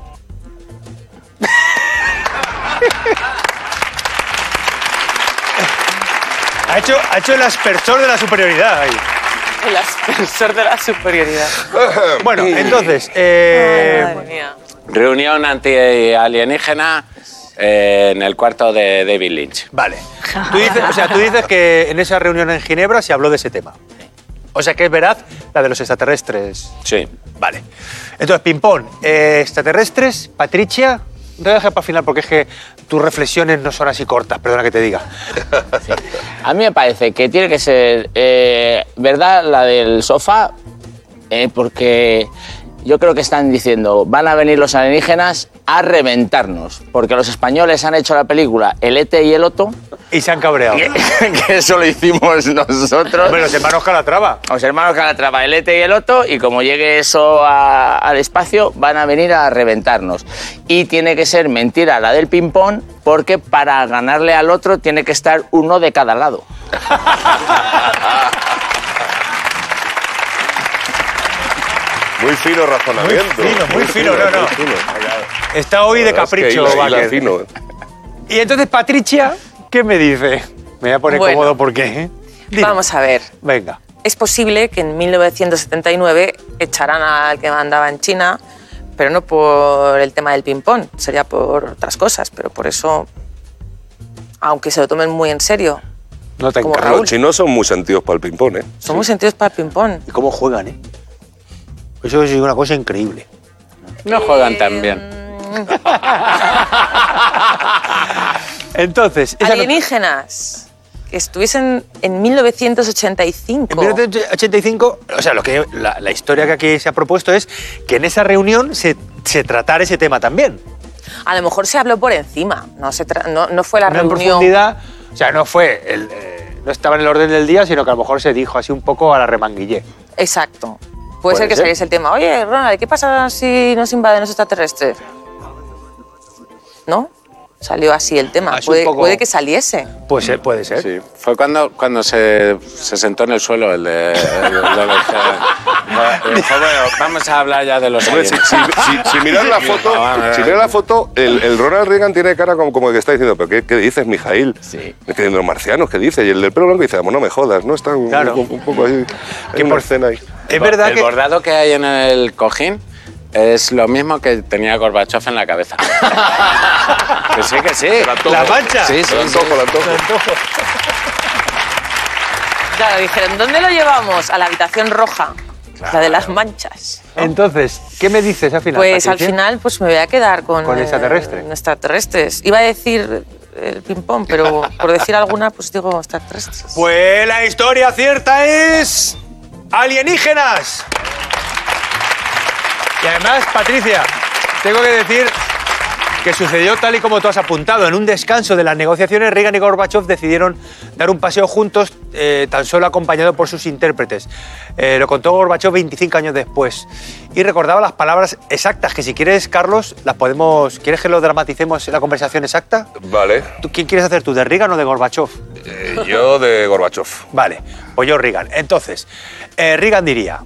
[SPEAKER 1] Ha hecho, ha hecho el aspersor de la superioridad ahí.
[SPEAKER 3] El ascensor de la superioridad.
[SPEAKER 1] Bueno, entonces, eh,
[SPEAKER 3] Ay, madre mía.
[SPEAKER 2] Reunión anti-alienígena eh, en el cuarto de David Lynch.
[SPEAKER 1] Vale. Tú dices, o sea, tú dices que en esa reunión en Ginebra se habló de ese tema. O sea que es verdad la de los extraterrestres.
[SPEAKER 2] Sí.
[SPEAKER 1] Vale. Entonces, ping-pong. eh, extraterrestres, Patricia. Te voy a dejar para el final porque es que tus reflexiones no son así cortas, perdona que te diga.
[SPEAKER 4] A mí me parece que tiene que ser eh, verdad la del sofá, eh, porque yo creo que están diciendo, van a venir los alienígenas a reventarnos, porque los españoles han hecho la película El Ete y el Oto,
[SPEAKER 1] Y se han cabreado.
[SPEAKER 4] que, que eso lo hicimos nosotros.
[SPEAKER 1] Hombre, los hermanos Calatrava.
[SPEAKER 4] Los hermanos Calatrava, el ETE y el Otto, y como llegue eso a- al espacio, van a venir a reventarnos. Y tiene que ser mentira la del ping-pong, porque para ganarle al otro tiene que estar uno de cada lado.
[SPEAKER 6] Muy fino razonamiento.
[SPEAKER 1] Muy fino, muy fino, no, no.
[SPEAKER 6] muy fino.
[SPEAKER 1] Está hoy de
[SPEAKER 6] La verdad es que
[SPEAKER 1] capricho,
[SPEAKER 6] hila- hila
[SPEAKER 1] Baker.
[SPEAKER 6] fino, ¿eh?
[SPEAKER 1] Y entonces, Patricia, ¿qué me dice? Me voy a poner
[SPEAKER 3] Bueno.
[SPEAKER 1] cómodo porque. ¿eh? Dime.
[SPEAKER 3] Vamos a ver.
[SPEAKER 1] Venga.
[SPEAKER 3] Es posible que en 1979 echaran al que mandaba en China, pero no por el tema del ping-pong, sería por otras cosas, pero por eso, aunque se lo tomen muy en serio,
[SPEAKER 1] No te
[SPEAKER 3] Como
[SPEAKER 1] encargo.
[SPEAKER 3] Raúl.
[SPEAKER 6] Los chinos son muy sentidos para el ping-pong, ¿eh?
[SPEAKER 3] son muy sentidos para el ping-pong.
[SPEAKER 1] ¿Y cómo juegan, eh? Pues Eso es una cosa increíble.
[SPEAKER 2] No juegan tan bien.
[SPEAKER 3] Em,
[SPEAKER 1] Entonces, esa no-
[SPEAKER 3] Alienígenas que estuviesen en 1985.
[SPEAKER 1] En 1985, o sea, lo que, la, la historia que aquí se ha propuesto es que en esa reunión se, se tratara ese tema también.
[SPEAKER 3] A lo mejor se habló por encima, no, se tra- no, no fue la
[SPEAKER 1] no en
[SPEAKER 3] reunión.
[SPEAKER 1] profundidad, o sea, no fue, el, eh, no estaba en el orden del día, sino que a lo mejor se dijo así un poco a la remanguillé.
[SPEAKER 3] Exacto. Puede, ser que
[SPEAKER 1] ser.
[SPEAKER 3] saliese el tema. Oye, Ronald, ¿qué pasa si nos invaden los extraterrestres? ¿No? Salió así el tema.
[SPEAKER 1] Así un
[SPEAKER 3] Puede,
[SPEAKER 1] poco-
[SPEAKER 3] puede que saliese.
[SPEAKER 1] Puede ser, puede ser.
[SPEAKER 2] Sí. Fue cuando, cuando se, se sentó en el suelo el de. el de- el de- dijo, bueno, vamos a hablar ya de los
[SPEAKER 6] Hombre, si,
[SPEAKER 2] aliens.
[SPEAKER 6] si, si- si miras la foto,
[SPEAKER 1] Ah,
[SPEAKER 6] si miras la foto, el, el Ronald Reagan tiene cara como, como que está diciendo, pero ¿qué, qué dices, Mijail?
[SPEAKER 4] Sí.
[SPEAKER 6] Que los marcianos, ¿qué dice? Y el del pelo blanco dice, "Vamos, no me jodas, ¿no? Está un,
[SPEAKER 1] Claro.
[SPEAKER 6] un- un poco ahí. Hay una escena ahí.
[SPEAKER 1] Es verdad
[SPEAKER 2] el
[SPEAKER 1] que...
[SPEAKER 2] bordado que hay en el cojín es lo mismo que tenía Gorbachev en la cabeza. que sí, que sí.
[SPEAKER 1] La mancha.
[SPEAKER 2] Sí, sí,
[SPEAKER 6] Lo
[SPEAKER 2] sí.
[SPEAKER 6] antojo, lo antojo.
[SPEAKER 3] Claro, dijeron, ¿dónde lo llevamos? A la habitación roja, la de las manchas.
[SPEAKER 1] Entonces, ¿qué me dices al final?
[SPEAKER 3] Pues al
[SPEAKER 1] Patricia?
[SPEAKER 3] final pues me voy a quedar con...
[SPEAKER 1] ¿Con
[SPEAKER 3] eh,
[SPEAKER 1] extraterrestre?
[SPEAKER 3] extraterrestres. Iba a decir el ping-pong, pero por decir alguna, pues digo extraterrestres.
[SPEAKER 1] Pues la historia cierta es. Alienígenas. Y además, Patricia, tengo que decir que sucedió tal y como tú has apuntado. En un descanso de las negociaciones, Reagan y Gorbachev decidieron dar un paseo juntos, eh, tan solo acompañado por sus intérpretes. Eh, lo contó Gorbachev 25 años después. Y recordaba las palabras exactas, que si quieres, Carlos, las podemos... ¿Quieres que lo dramaticemos en la conversación exacta?
[SPEAKER 6] Vale,
[SPEAKER 1] ¿Tú, ¿Quién quieres hacer tú, de Reagan o de Gorbachev?
[SPEAKER 6] eh, yo de Gorbachev.
[SPEAKER 1] Vale, pues yo Reagan. Entonces, eh, Reagan diría.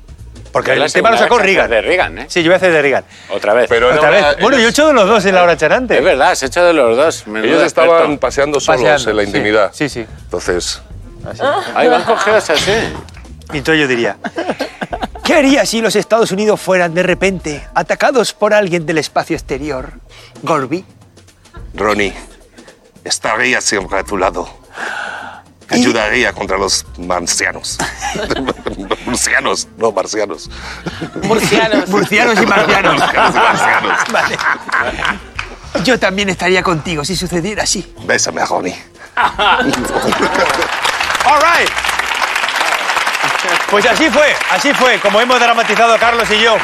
[SPEAKER 1] Porque
[SPEAKER 2] Es la
[SPEAKER 1] el tema lo sacó
[SPEAKER 2] segunda vez que
[SPEAKER 1] Reagan.
[SPEAKER 2] haces de Reagan, ¿eh?
[SPEAKER 1] Sí, yo voy a hacer de Reagan.
[SPEAKER 2] Otra vez.
[SPEAKER 6] Pero
[SPEAKER 1] Otra
[SPEAKER 6] era-
[SPEAKER 1] vez. Bueno, yo he hecho de los dos en la hora charante.
[SPEAKER 2] Es verdad, has hecho de los dos. menudo
[SPEAKER 6] Ellos
[SPEAKER 2] experto.
[SPEAKER 6] estaban paseando solos
[SPEAKER 1] Paseando,
[SPEAKER 6] en la
[SPEAKER 1] sí.
[SPEAKER 6] intimidad.
[SPEAKER 1] Sí, sí.
[SPEAKER 6] Entonces,
[SPEAKER 2] Ahí van cogidos así.
[SPEAKER 1] Y entonces yo diría, ¿qué haría si los Estados Unidos fueran de repente atacados por alguien del espacio exterior? Gorby.
[SPEAKER 6] Ronnie, estaría siempre a tu lado. Ayudaría contra los marcianos. marcianos, no marcianos.
[SPEAKER 3] Murcianos.
[SPEAKER 1] Murcianos y marcianos.
[SPEAKER 6] Marcianos, marcianos.
[SPEAKER 1] Vale. Yo también estaría contigo si sucediera así.
[SPEAKER 6] Bésame a Ronnie.
[SPEAKER 1] All right. Pues así fue, así fue, como hemos dramatizado Carlos y yo.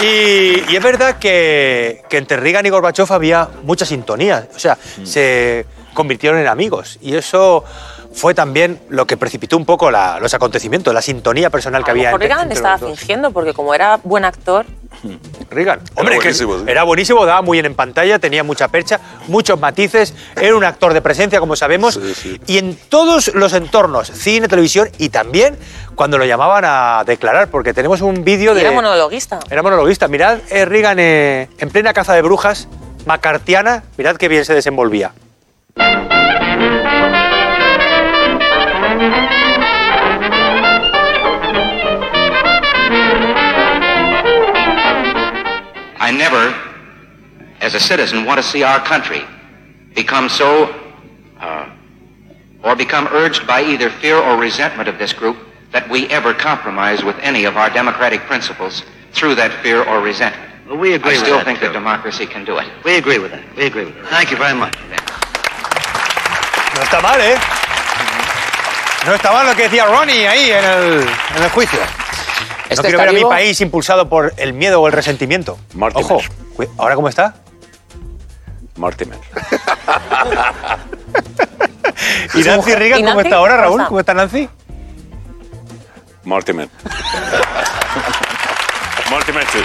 [SPEAKER 1] Y, y es verdad que, que entre Reagan y Gorbachev había mucha sintonía, o sea,
[SPEAKER 3] Mm.
[SPEAKER 1] se convirtieron en amigos. Y eso fue también lo que precipitó un poco la- los acontecimientos, la sintonía personal que
[SPEAKER 3] a lo
[SPEAKER 1] había
[SPEAKER 3] mejor
[SPEAKER 1] entre-
[SPEAKER 3] Reagan
[SPEAKER 1] entre
[SPEAKER 3] estaba
[SPEAKER 1] los dos.
[SPEAKER 3] fingiendo, porque como era buen actor,
[SPEAKER 1] Reagan. Hombre, que
[SPEAKER 6] buenísimo, sí.
[SPEAKER 1] era buenísimo, daba muy bien en pantalla, tenía mucha percha, muchos matices, era un actor de presencia, como sabemos, y en todos los entornos, cine, televisión y también cuando lo llamaban a declarar, porque tenemos un vídeo
[SPEAKER 3] Y
[SPEAKER 1] de...
[SPEAKER 3] era monologuista.
[SPEAKER 1] Era monologuista. Mirad eh, Reagan eh, en plena caza de brujas, macartiana, mirad qué bien se desenvolvía.
[SPEAKER 12] I never, as a citizen, want to see our country become so, uh, or become urged by either fear or resentment of this group that we ever compromise with any of our democratic principles through that fear or resentment.
[SPEAKER 13] Well, we agree
[SPEAKER 12] I
[SPEAKER 13] with
[SPEAKER 12] still
[SPEAKER 13] that,
[SPEAKER 12] think
[SPEAKER 13] too.
[SPEAKER 12] that democracy can do it.
[SPEAKER 13] We agree with that. We agree with that. Thank you very much.
[SPEAKER 1] No está mal, ¿eh? No está mal lo que decía Ronnie ahí en el, en el juicio. no
[SPEAKER 3] Este
[SPEAKER 1] quiero
[SPEAKER 3] está
[SPEAKER 1] ver a mi
[SPEAKER 3] vivo.
[SPEAKER 1] país impulsado por el miedo o el resentimiento. Ojo, cu- ¿ahora cómo está?
[SPEAKER 2] Mortimer.
[SPEAKER 1] ¿Y Nancy Reagan
[SPEAKER 2] ¿Y
[SPEAKER 1] cómo
[SPEAKER 2] Nancy?
[SPEAKER 1] está ahora,
[SPEAKER 2] ¿Cómo
[SPEAKER 1] Raúl?
[SPEAKER 2] está?
[SPEAKER 1] ¿Cómo está Nancy?
[SPEAKER 2] Mortimer. Mortimer, sí.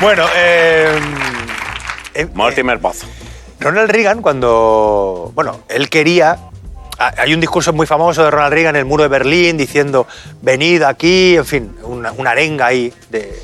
[SPEAKER 1] Bueno, eh,
[SPEAKER 2] Mortimer Pozo.
[SPEAKER 1] Ronald Reagan, cuando. Bueno, él quería. ha- Hay un discurso muy famoso de Ronald Reagan en el muro de Berlín diciendo: venid aquí, en fin, una, una arenga ahí de,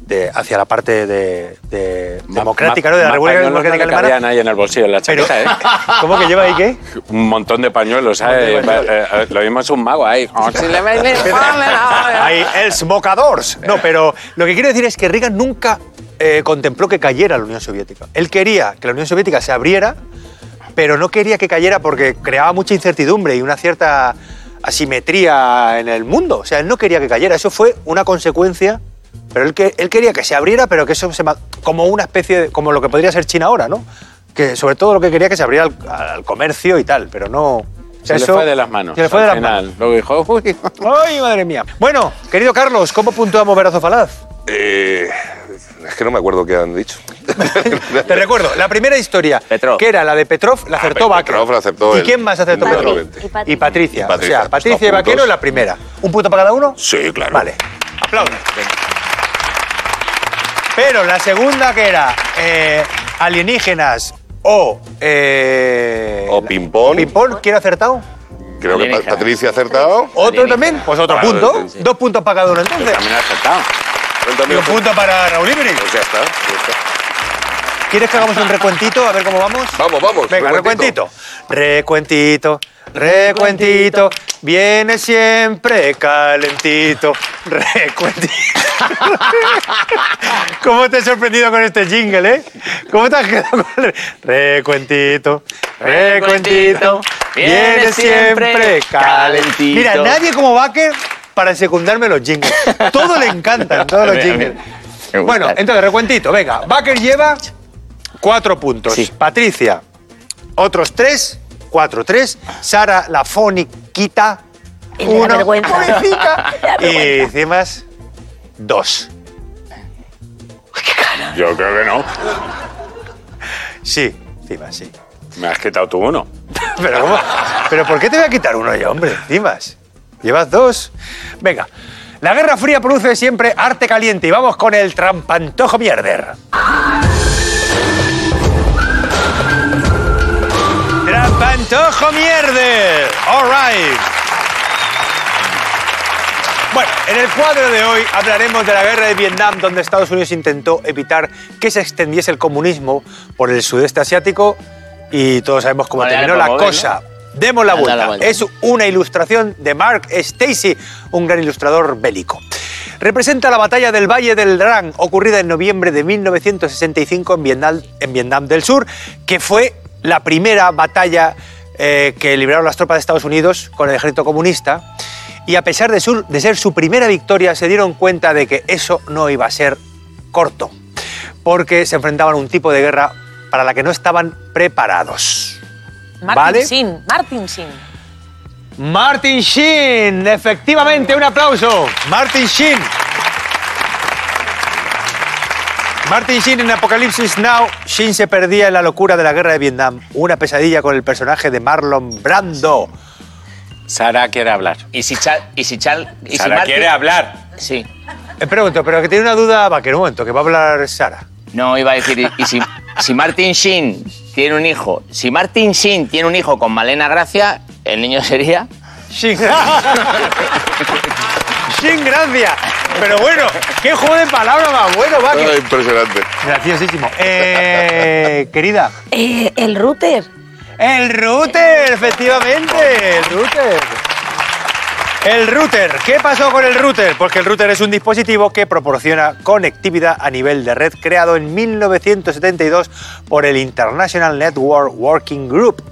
[SPEAKER 1] de- hacia la parte de, de- democrática, ¿no? De la
[SPEAKER 2] Más
[SPEAKER 1] República
[SPEAKER 2] pañuelos no
[SPEAKER 1] Democrática
[SPEAKER 2] le
[SPEAKER 1] Alemana.
[SPEAKER 2] cabían ahí en el bolsillo de la
[SPEAKER 1] Pero-
[SPEAKER 2] chaqueta, ¿eh?
[SPEAKER 1] ¿Cómo que lleva ahí qué?
[SPEAKER 2] Un montón de pañuelos, ¿eh? Eh, eh, Lo mismo es un mago ahí.
[SPEAKER 1] Ah, Ahí, el smocadors. No, pero lo que quiero decir es que Reagan nunca eh, contempló que cayera la Unión Soviética. Él quería que la Unión Soviética se abriera, pero no quería que cayera porque creaba mucha incertidumbre y una cierta asimetría en el mundo. O sea, él no quería que cayera. Eso fue una consecuencia. Pero él, que, él quería que se abriera, pero que eso se. ma- como una especie. de- como lo que podría ser China ahora, ¿no? Que sobre todo lo que quería que se abriera al, al comercio y tal, pero no. o sea,
[SPEAKER 2] Se le
[SPEAKER 1] eso-
[SPEAKER 2] fue de las manos.
[SPEAKER 1] Se le fue de
[SPEAKER 2] al
[SPEAKER 1] las manos.
[SPEAKER 2] final. Luego dijo, uy.
[SPEAKER 1] ¡Ay, madre mía! Bueno, querido Carlos, ¿cómo puntuamos Verazo Falaz?
[SPEAKER 6] Eh, es que no me acuerdo qué han dicho.
[SPEAKER 1] Te recuerdo, la primera historia, que era la de Petrov, la acertó Vaquero.
[SPEAKER 6] Ah, Petrov la acertó
[SPEAKER 1] ¿Y
[SPEAKER 6] él.
[SPEAKER 1] quién más acertó
[SPEAKER 6] Número
[SPEAKER 1] Vaquero?
[SPEAKER 6] 20.
[SPEAKER 1] Y Patricia.
[SPEAKER 6] Y Patricia.
[SPEAKER 1] O sea, Patricia y
[SPEAKER 6] Dos
[SPEAKER 1] Vaquero
[SPEAKER 6] puntos.
[SPEAKER 1] la primera. ¿Un punto para cada uno?
[SPEAKER 6] Sí, claro.
[SPEAKER 1] Vale. Aplausos. Pero la segunda que era eh, alienígenas o... eh,
[SPEAKER 6] O ping-pong.
[SPEAKER 1] ping-pong, ¿quién ha acertado?
[SPEAKER 6] Creo que
[SPEAKER 1] Alienígena.
[SPEAKER 6] Pa- Patricia ha acertado.
[SPEAKER 1] ¿Otro también? Pues otro
[SPEAKER 6] Claro,
[SPEAKER 1] punto.
[SPEAKER 6] sí, sí.
[SPEAKER 1] Dos puntos para cada uno entonces.
[SPEAKER 2] también ha acertado.
[SPEAKER 1] Y un punto para Raúl Ibri.
[SPEAKER 6] Pues ya está. ya está.
[SPEAKER 1] ¿Quieres que hagamos un recuentito? A ver cómo vamos.
[SPEAKER 6] Vamos, vamos.
[SPEAKER 1] Venga, recuentito.
[SPEAKER 6] recuentito.
[SPEAKER 1] Recuentito, recuentito, viene siempre calentito, recuentito. ¿Cómo te he sorprendido con este jingle, eh? ¿Cómo te has quedado con el recuentito, recuentito, viene siempre calentito? Mira, nadie como Baker para secundarme los jingles. Todo le encantan, todos los
[SPEAKER 4] A mí- a mí
[SPEAKER 1] jingles. Bueno, entonces, recuentito, venga. Baker lleva cuatro puntos. Patricia, otros tres, cuatro, tres. Sara, la foniquita,
[SPEAKER 7] Es
[SPEAKER 1] uno.
[SPEAKER 7] la vergüenza.
[SPEAKER 1] Pobrecita.
[SPEAKER 7] La
[SPEAKER 1] Y
[SPEAKER 7] vergüenza.
[SPEAKER 1] Cimas, dos.
[SPEAKER 2] Yo creo que no.
[SPEAKER 1] Ah, Sí, Cimas, sí.
[SPEAKER 2] Me has quitado tú uno.
[SPEAKER 1] Pero, ¿cómo? ¿Pero por qué te voy a quitar uno yo, hombre? Cimas. Llevas dos. Venga. La Guerra Fría produce siempre arte caliente y vamos con el trampantojo mierder. ¡Trampantojo mierde! All right. Bueno, en el cuadro de hoy hablaremos de la guerra de Vietnam, donde Estados Unidos intentó evitar que se extendiese el comunismo por el sudeste asiático y todos sabemos cómo
[SPEAKER 4] Vale,
[SPEAKER 1] terminó
[SPEAKER 4] ahora
[SPEAKER 1] la
[SPEAKER 4] podemos ver,
[SPEAKER 1] cosa. Demos la
[SPEAKER 4] Ah, da
[SPEAKER 1] vuelta.
[SPEAKER 4] la vuelta.
[SPEAKER 1] Es una ilustración de Mark Stacy, un gran ilustrador bélico. Representa la batalla del Valle del Rang, ocurrida en noviembre de 1965 en Vietnam, en Vietnam del Sur, que fue la primera batalla eh, que libraron las tropas de Estados Unidos con el ejército comunista. Y a pesar de, su- de ser su primera victoria, se dieron cuenta de que eso no iba a ser corto, porque se enfrentaban a un tipo de guerra para la que no estaban preparados.
[SPEAKER 3] Martin
[SPEAKER 1] ¿Vale?
[SPEAKER 3] Sin, Martin Sin.
[SPEAKER 1] Martin Sheen, efectivamente, un aplauso. Martin Sheen. Martin Sheen en Apocalipsis Now, Sheen se perdía en la locura de la guerra de Vietnam, una pesadilla con el personaje de Marlon Brando.
[SPEAKER 2] Sara quiere hablar.
[SPEAKER 4] Y si Chal. Y si Chal. Y si
[SPEAKER 2] Sara
[SPEAKER 4] Martin-
[SPEAKER 2] quiere hablar.
[SPEAKER 4] Sí.
[SPEAKER 1] Espera un momento, Eh, pero que tiene una duda, va, que un momento, que va a hablar Sara.
[SPEAKER 4] No, iba a decir, y- y si, si Martin Sheen tiene un hijo, si Martin Sheen tiene un hijo con Malena Gracia, el niño sería...
[SPEAKER 1] Sheen. Sin gracia. Pero bueno, qué juego de palabras más bueno, va. que-
[SPEAKER 6] Ah, Impresionante.
[SPEAKER 1] Graciosísimo. Eh, querida.
[SPEAKER 7] Eh, el router.
[SPEAKER 1] El router, efectivamente, el router. El router. ¿Qué pasó con el router? Porque el router es un dispositivo que proporciona conectividad a nivel de red creado en 1972 por el International Network Working Group.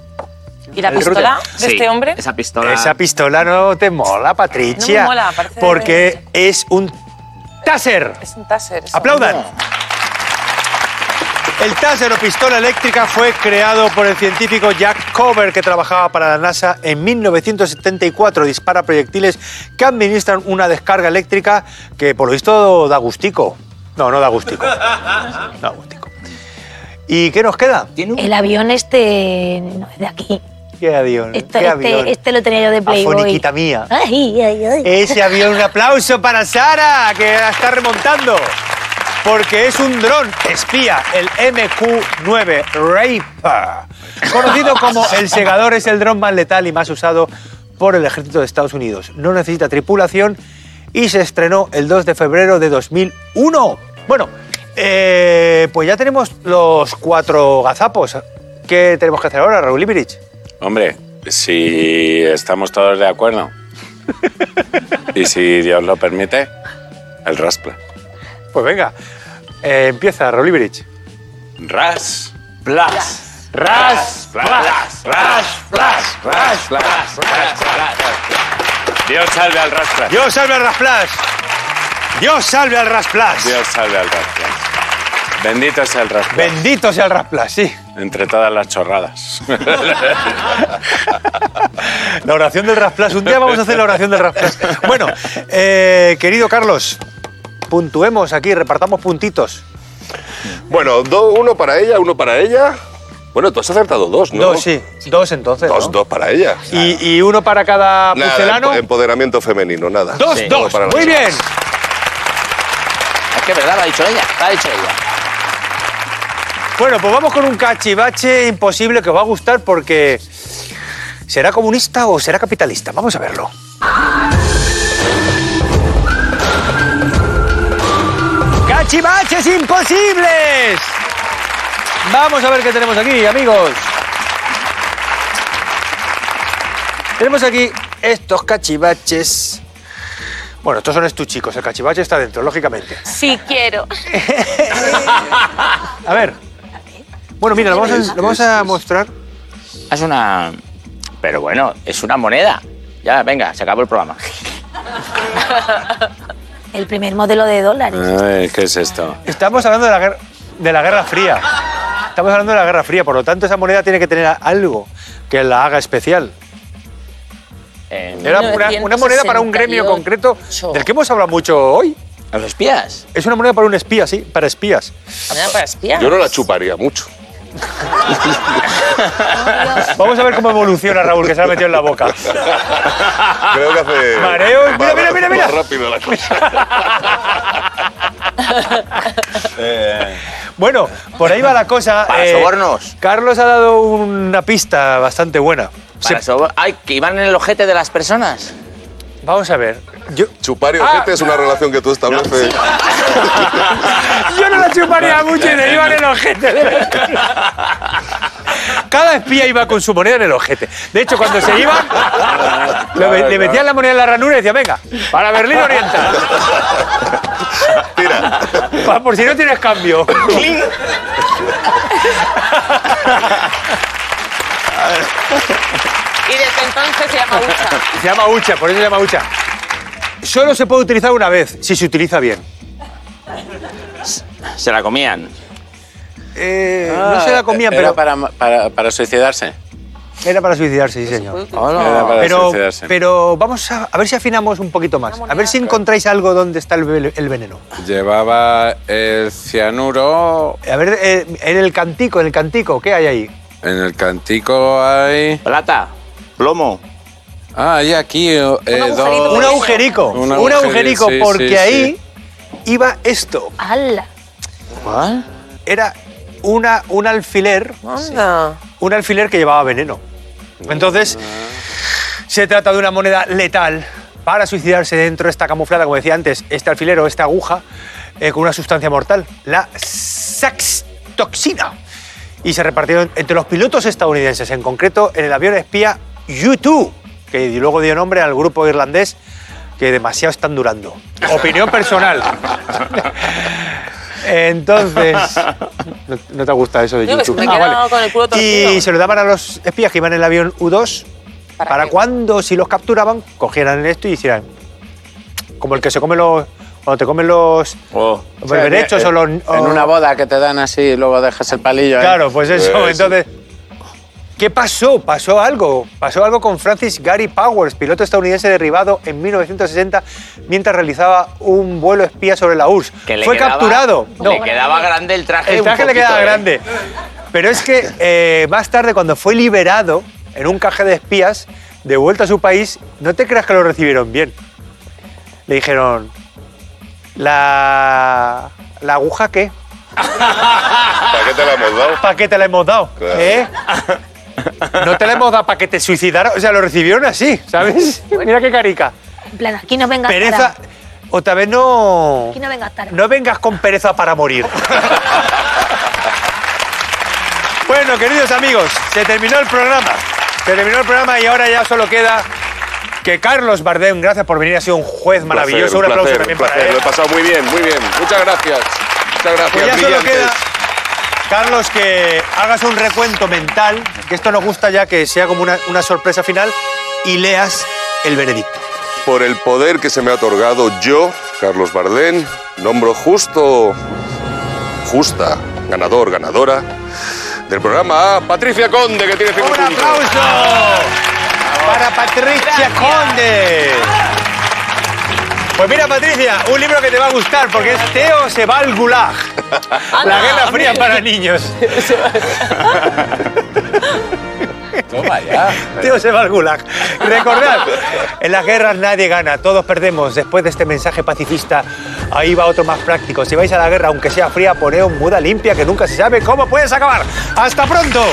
[SPEAKER 3] ¿Y la
[SPEAKER 1] El
[SPEAKER 3] pistola
[SPEAKER 1] router.
[SPEAKER 3] de este hombre?
[SPEAKER 4] Esa pistola...
[SPEAKER 1] Esa pistola no te mola, Patricia.
[SPEAKER 3] No me mola, parece-
[SPEAKER 1] Porque es un taser.
[SPEAKER 3] Es un taser. eso.
[SPEAKER 1] ¡Aplaudan! El taser o pistola eléctrica fue creado por el científico Jack Cover, que trabajaba para la NASA en 1974. Dispara proyectiles que administran una descarga eléctrica que, por lo visto, da gustico. No, no da gustico. No da gustico. ¿Y qué nos queda?
[SPEAKER 7] El avión este no es de aquí.
[SPEAKER 1] ¿Qué avión?
[SPEAKER 7] Esto-
[SPEAKER 1] ¿Qué avión?
[SPEAKER 7] este, este lo tenía yo de Playboy.
[SPEAKER 1] Afoniquita mía. Eh.
[SPEAKER 7] Ay, ay, ay.
[SPEAKER 1] Ese avión, un aplauso para Sara, que la está remontando. Porque es un dron espía, el MQ-9 Raper. Conocido como el segador, es el dron más letal y más usado por el ejército de Estados Unidos. No necesita tripulación y se estrenó el 2 de febrero de 2001. Bueno, eh, pues ya tenemos los cuatro gazapos. ¿Qué tenemos que hacer ahora, Raúl Ibrich?
[SPEAKER 2] Hombre, si estamos todos de acuerdo y si Dios lo permite, el raspla.
[SPEAKER 1] Pues venga, eh, empieza, Raúl Ibrich.
[SPEAKER 2] Ras, plas. Ras, plas. Ras, plas. Ras, plas. Dios salve al raspla.
[SPEAKER 1] Dios salve al Rasplas. Dios salve al Rasplas.
[SPEAKER 2] Dios salve al raspla. Bendito sea el raspla.
[SPEAKER 1] Bendito sea el Rasplas, sí.
[SPEAKER 2] Entre todas las chorradas.
[SPEAKER 1] La oración del Rasplas. Un día vamos a hacer la oración del Rasplas. Bueno, eh, querido Carlos, puntuemos aquí, repartamos puntitos.
[SPEAKER 6] Bueno, do- uno para ella, uno para ella. Bueno, tú has acertado dos, ¿no?
[SPEAKER 1] Dos, sí. Dos entonces.
[SPEAKER 6] Dos,
[SPEAKER 1] ¿no?
[SPEAKER 6] dos para ella.
[SPEAKER 1] Y, y uno para cada
[SPEAKER 6] Nada,
[SPEAKER 1] pucelano.
[SPEAKER 6] empo- empoderamiento femenino, nada.
[SPEAKER 1] Dos,
[SPEAKER 6] Todo
[SPEAKER 1] dos.
[SPEAKER 6] para la
[SPEAKER 1] Muy
[SPEAKER 6] misma.
[SPEAKER 1] bien.
[SPEAKER 4] Es que Ah, verdad, lo ha dicho ella, lo ha dicho ella.
[SPEAKER 1] Bueno, pues vamos con un cachivache imposible que os va a gustar porque. ¿Será comunista o será capitalista? Vamos a verlo. ¡Cachivaches imposibles! Vamos a ver qué tenemos aquí, amigos. Tenemos aquí estos cachivaches. Bueno, estos son estuchicos. El cachivache está dentro, lógicamente.
[SPEAKER 3] Sí quiero.
[SPEAKER 1] A ver. Bueno, mira, lo vamos a, lo vamos a mostrar.
[SPEAKER 4] Es una... Pero bueno, es una moneda. Ya, venga, se acabó el programa.
[SPEAKER 7] El primer modelo de dólares.
[SPEAKER 2] Ay, ¿Qué es esto?
[SPEAKER 1] Estamos hablando de la, guerra, de la Guerra Fría. Estamos hablando de la Guerra Fría, por lo tanto esa moneda tiene que tener algo que la haga especial.
[SPEAKER 4] Eh,
[SPEAKER 1] Era una, una moneda para un gremio
[SPEAKER 3] 1968.
[SPEAKER 1] concreto del que hemos hablado mucho hoy.
[SPEAKER 4] ¿A los espías?
[SPEAKER 1] Es una moneda para un espía, sí, para espías.
[SPEAKER 3] Moneda para espiar.
[SPEAKER 6] Yo no la chuparía mucho.
[SPEAKER 1] Vamos a ver cómo evoluciona Raúl, que se la ha metido en la boca.
[SPEAKER 6] Creo que hace.
[SPEAKER 1] Ah. Mareo,
[SPEAKER 6] más-
[SPEAKER 1] mira, mira, mira, mira.
[SPEAKER 6] más rápido la cosa.
[SPEAKER 2] Eh,
[SPEAKER 1] Bueno, por ahí va la cosa. eh,
[SPEAKER 4] Para sobornos.
[SPEAKER 1] Carlos ha dado una pista bastante buena.
[SPEAKER 4] Para
[SPEAKER 1] Se-
[SPEAKER 4] sobor- Ay, que iban en el ojete de las personas.
[SPEAKER 1] vamos a ver. Yo,
[SPEAKER 6] Chupar y
[SPEAKER 1] Ah.
[SPEAKER 6] ojete es una relación que tú estableces.
[SPEAKER 1] Yo no la chuparía mucho y le iba en el ojete. de verdad. Cada espía iba con su moneda en el ojete. De hecho, cuando se iban, lo ve- le metían la moneda en la ranura y decía, venga, para Berlín Oriental.
[SPEAKER 6] Tira.
[SPEAKER 1] Pa- Por si no tienes cambio.
[SPEAKER 3] Y desde entonces se llama Ucha.
[SPEAKER 1] Se llama hucha, por eso se llama hucha. Solo se puede utilizar una vez, si se utiliza bien.
[SPEAKER 4] Se la comían.
[SPEAKER 1] Eh, no se la comían,
[SPEAKER 2] Ah, ¿Era
[SPEAKER 1] pero
[SPEAKER 2] para, para, para suicidarse?
[SPEAKER 1] era para suicidarse, sí, señor.
[SPEAKER 2] Era para
[SPEAKER 1] Pero,
[SPEAKER 2] suicidarse.
[SPEAKER 1] pero vamos a, a ver si afinamos un poquito más. A ver si encontráis algo donde está el ve- el veneno.
[SPEAKER 2] Llevaba el cianuro.
[SPEAKER 1] A ver, eh, en el cantico, en el cantico, ¿qué hay ahí?
[SPEAKER 2] En el cantico hay.
[SPEAKER 4] Plata, plomo.
[SPEAKER 2] Ah, hay aquí eh,
[SPEAKER 3] agujerito.
[SPEAKER 2] dos.
[SPEAKER 1] Un agujerico. Un,
[SPEAKER 2] Un agujeri-
[SPEAKER 1] agujerico,
[SPEAKER 2] sí,
[SPEAKER 1] porque
[SPEAKER 2] sí,
[SPEAKER 1] ahí iba esto.
[SPEAKER 7] ¡Hala!
[SPEAKER 1] ¿Cuál? Era una, un alfiler. Un alfiler que llevaba veneno. Entonces, se trata de una moneda letal para suicidarse dentro. Está camuflada, como decía antes, este alfiler o esta aguja eh, con una sustancia mortal, la saxtoxina. Y se repartieron entre los pilotos estadounidenses, en concreto en el avión espía U-2, que luego dio nombre al grupo irlandés que demasiado están durando. Opinión personal. Entonces, no, no te gusta eso de
[SPEAKER 3] Yo que
[SPEAKER 1] YouTube.
[SPEAKER 3] pues
[SPEAKER 1] Ah,
[SPEAKER 3] me he quedado con el culo torcido.
[SPEAKER 1] Y se lo daban a los espías que iban en el avión U2 para, cuando, si los capturaban, cogieran esto y hicieran como el que se come los cuando te comen los
[SPEAKER 2] Oh.
[SPEAKER 1] los
[SPEAKER 2] Eh,
[SPEAKER 1] berberechos o los o-
[SPEAKER 2] En una boda que te dan así y luego dejas el palillo. ahí.
[SPEAKER 1] Claro, pues eso.
[SPEAKER 2] Eh,
[SPEAKER 1] Entonces, ¿qué pasó? Pasó algo. Pasó algo con Francis Gary Powers, piloto estadounidense derribado en 1960 mientras realizaba un vuelo espía sobre la URSS.
[SPEAKER 4] Que le
[SPEAKER 1] Fue
[SPEAKER 4] quedaba-
[SPEAKER 1] capturado.
[SPEAKER 4] Le quedaba grande el traje.
[SPEAKER 1] El
[SPEAKER 4] un
[SPEAKER 1] traje le
[SPEAKER 4] poquito,
[SPEAKER 1] quedaba
[SPEAKER 4] ¿eh?
[SPEAKER 1] grande. Pero es que eh, más tarde, cuando fue liberado en un caje de espías, de vuelta a su país, no te creas que lo recibieron bien. Le dijeron, ¿la, la aguja qué?
[SPEAKER 6] ¿Para qué te la hemos dado?
[SPEAKER 1] ¿Para qué te la hemos dado?
[SPEAKER 6] Claro.
[SPEAKER 1] ¿Eh? No te la hemos dado para que te suicidaras. O sea, lo recibieron así, ¿sabes? Mira qué carica.
[SPEAKER 7] En plan, aquí no vengas
[SPEAKER 1] Pereza.
[SPEAKER 7] tarado.
[SPEAKER 1] Otra vez no.
[SPEAKER 7] Aquí no vengas tarado.
[SPEAKER 1] No vengas con pereza para morir. bueno, queridos amigos, se terminó el programa. Se terminó el programa y ahora ya solo queda que Carlos Bardem, gracias por venir, ha sido un juez maravilloso.
[SPEAKER 6] Placer,
[SPEAKER 1] un aplauso
[SPEAKER 6] placer,
[SPEAKER 1] también
[SPEAKER 6] placer.
[SPEAKER 1] para él.
[SPEAKER 6] Lo he pasado muy bien, muy bien. Muchas gracias. Muchas gracias.
[SPEAKER 1] Pues ya solo
[SPEAKER 6] brillantes.
[SPEAKER 1] queda, Carlos, que hagas un recuento mental, que esto nos gusta ya que sea como una, una sorpresa final, y leas el veredicto.
[SPEAKER 6] Por el poder que se me ha otorgado yo, Carlos Bardén, nombro justo, justa, ganador, ganadora del programa a Patricia Conde, que tiene cinco
[SPEAKER 1] ¡Un
[SPEAKER 6] puntos.
[SPEAKER 1] aplauso para Patricia Conde! Pues mira, Patricia, un libro que te va a gustar porque es Teo se va al gulag. La guerra fría para niños.
[SPEAKER 2] Toma ya.
[SPEAKER 1] Teo se va al gulag. Recordad, en las guerras nadie gana, todos perdemos. Después de este mensaje pacifista, ahí va otro más práctico. Si vais a la guerra, aunque sea fría, poneos muda limpia que nunca se sabe cómo puedes acabar. ¡Hasta pronto!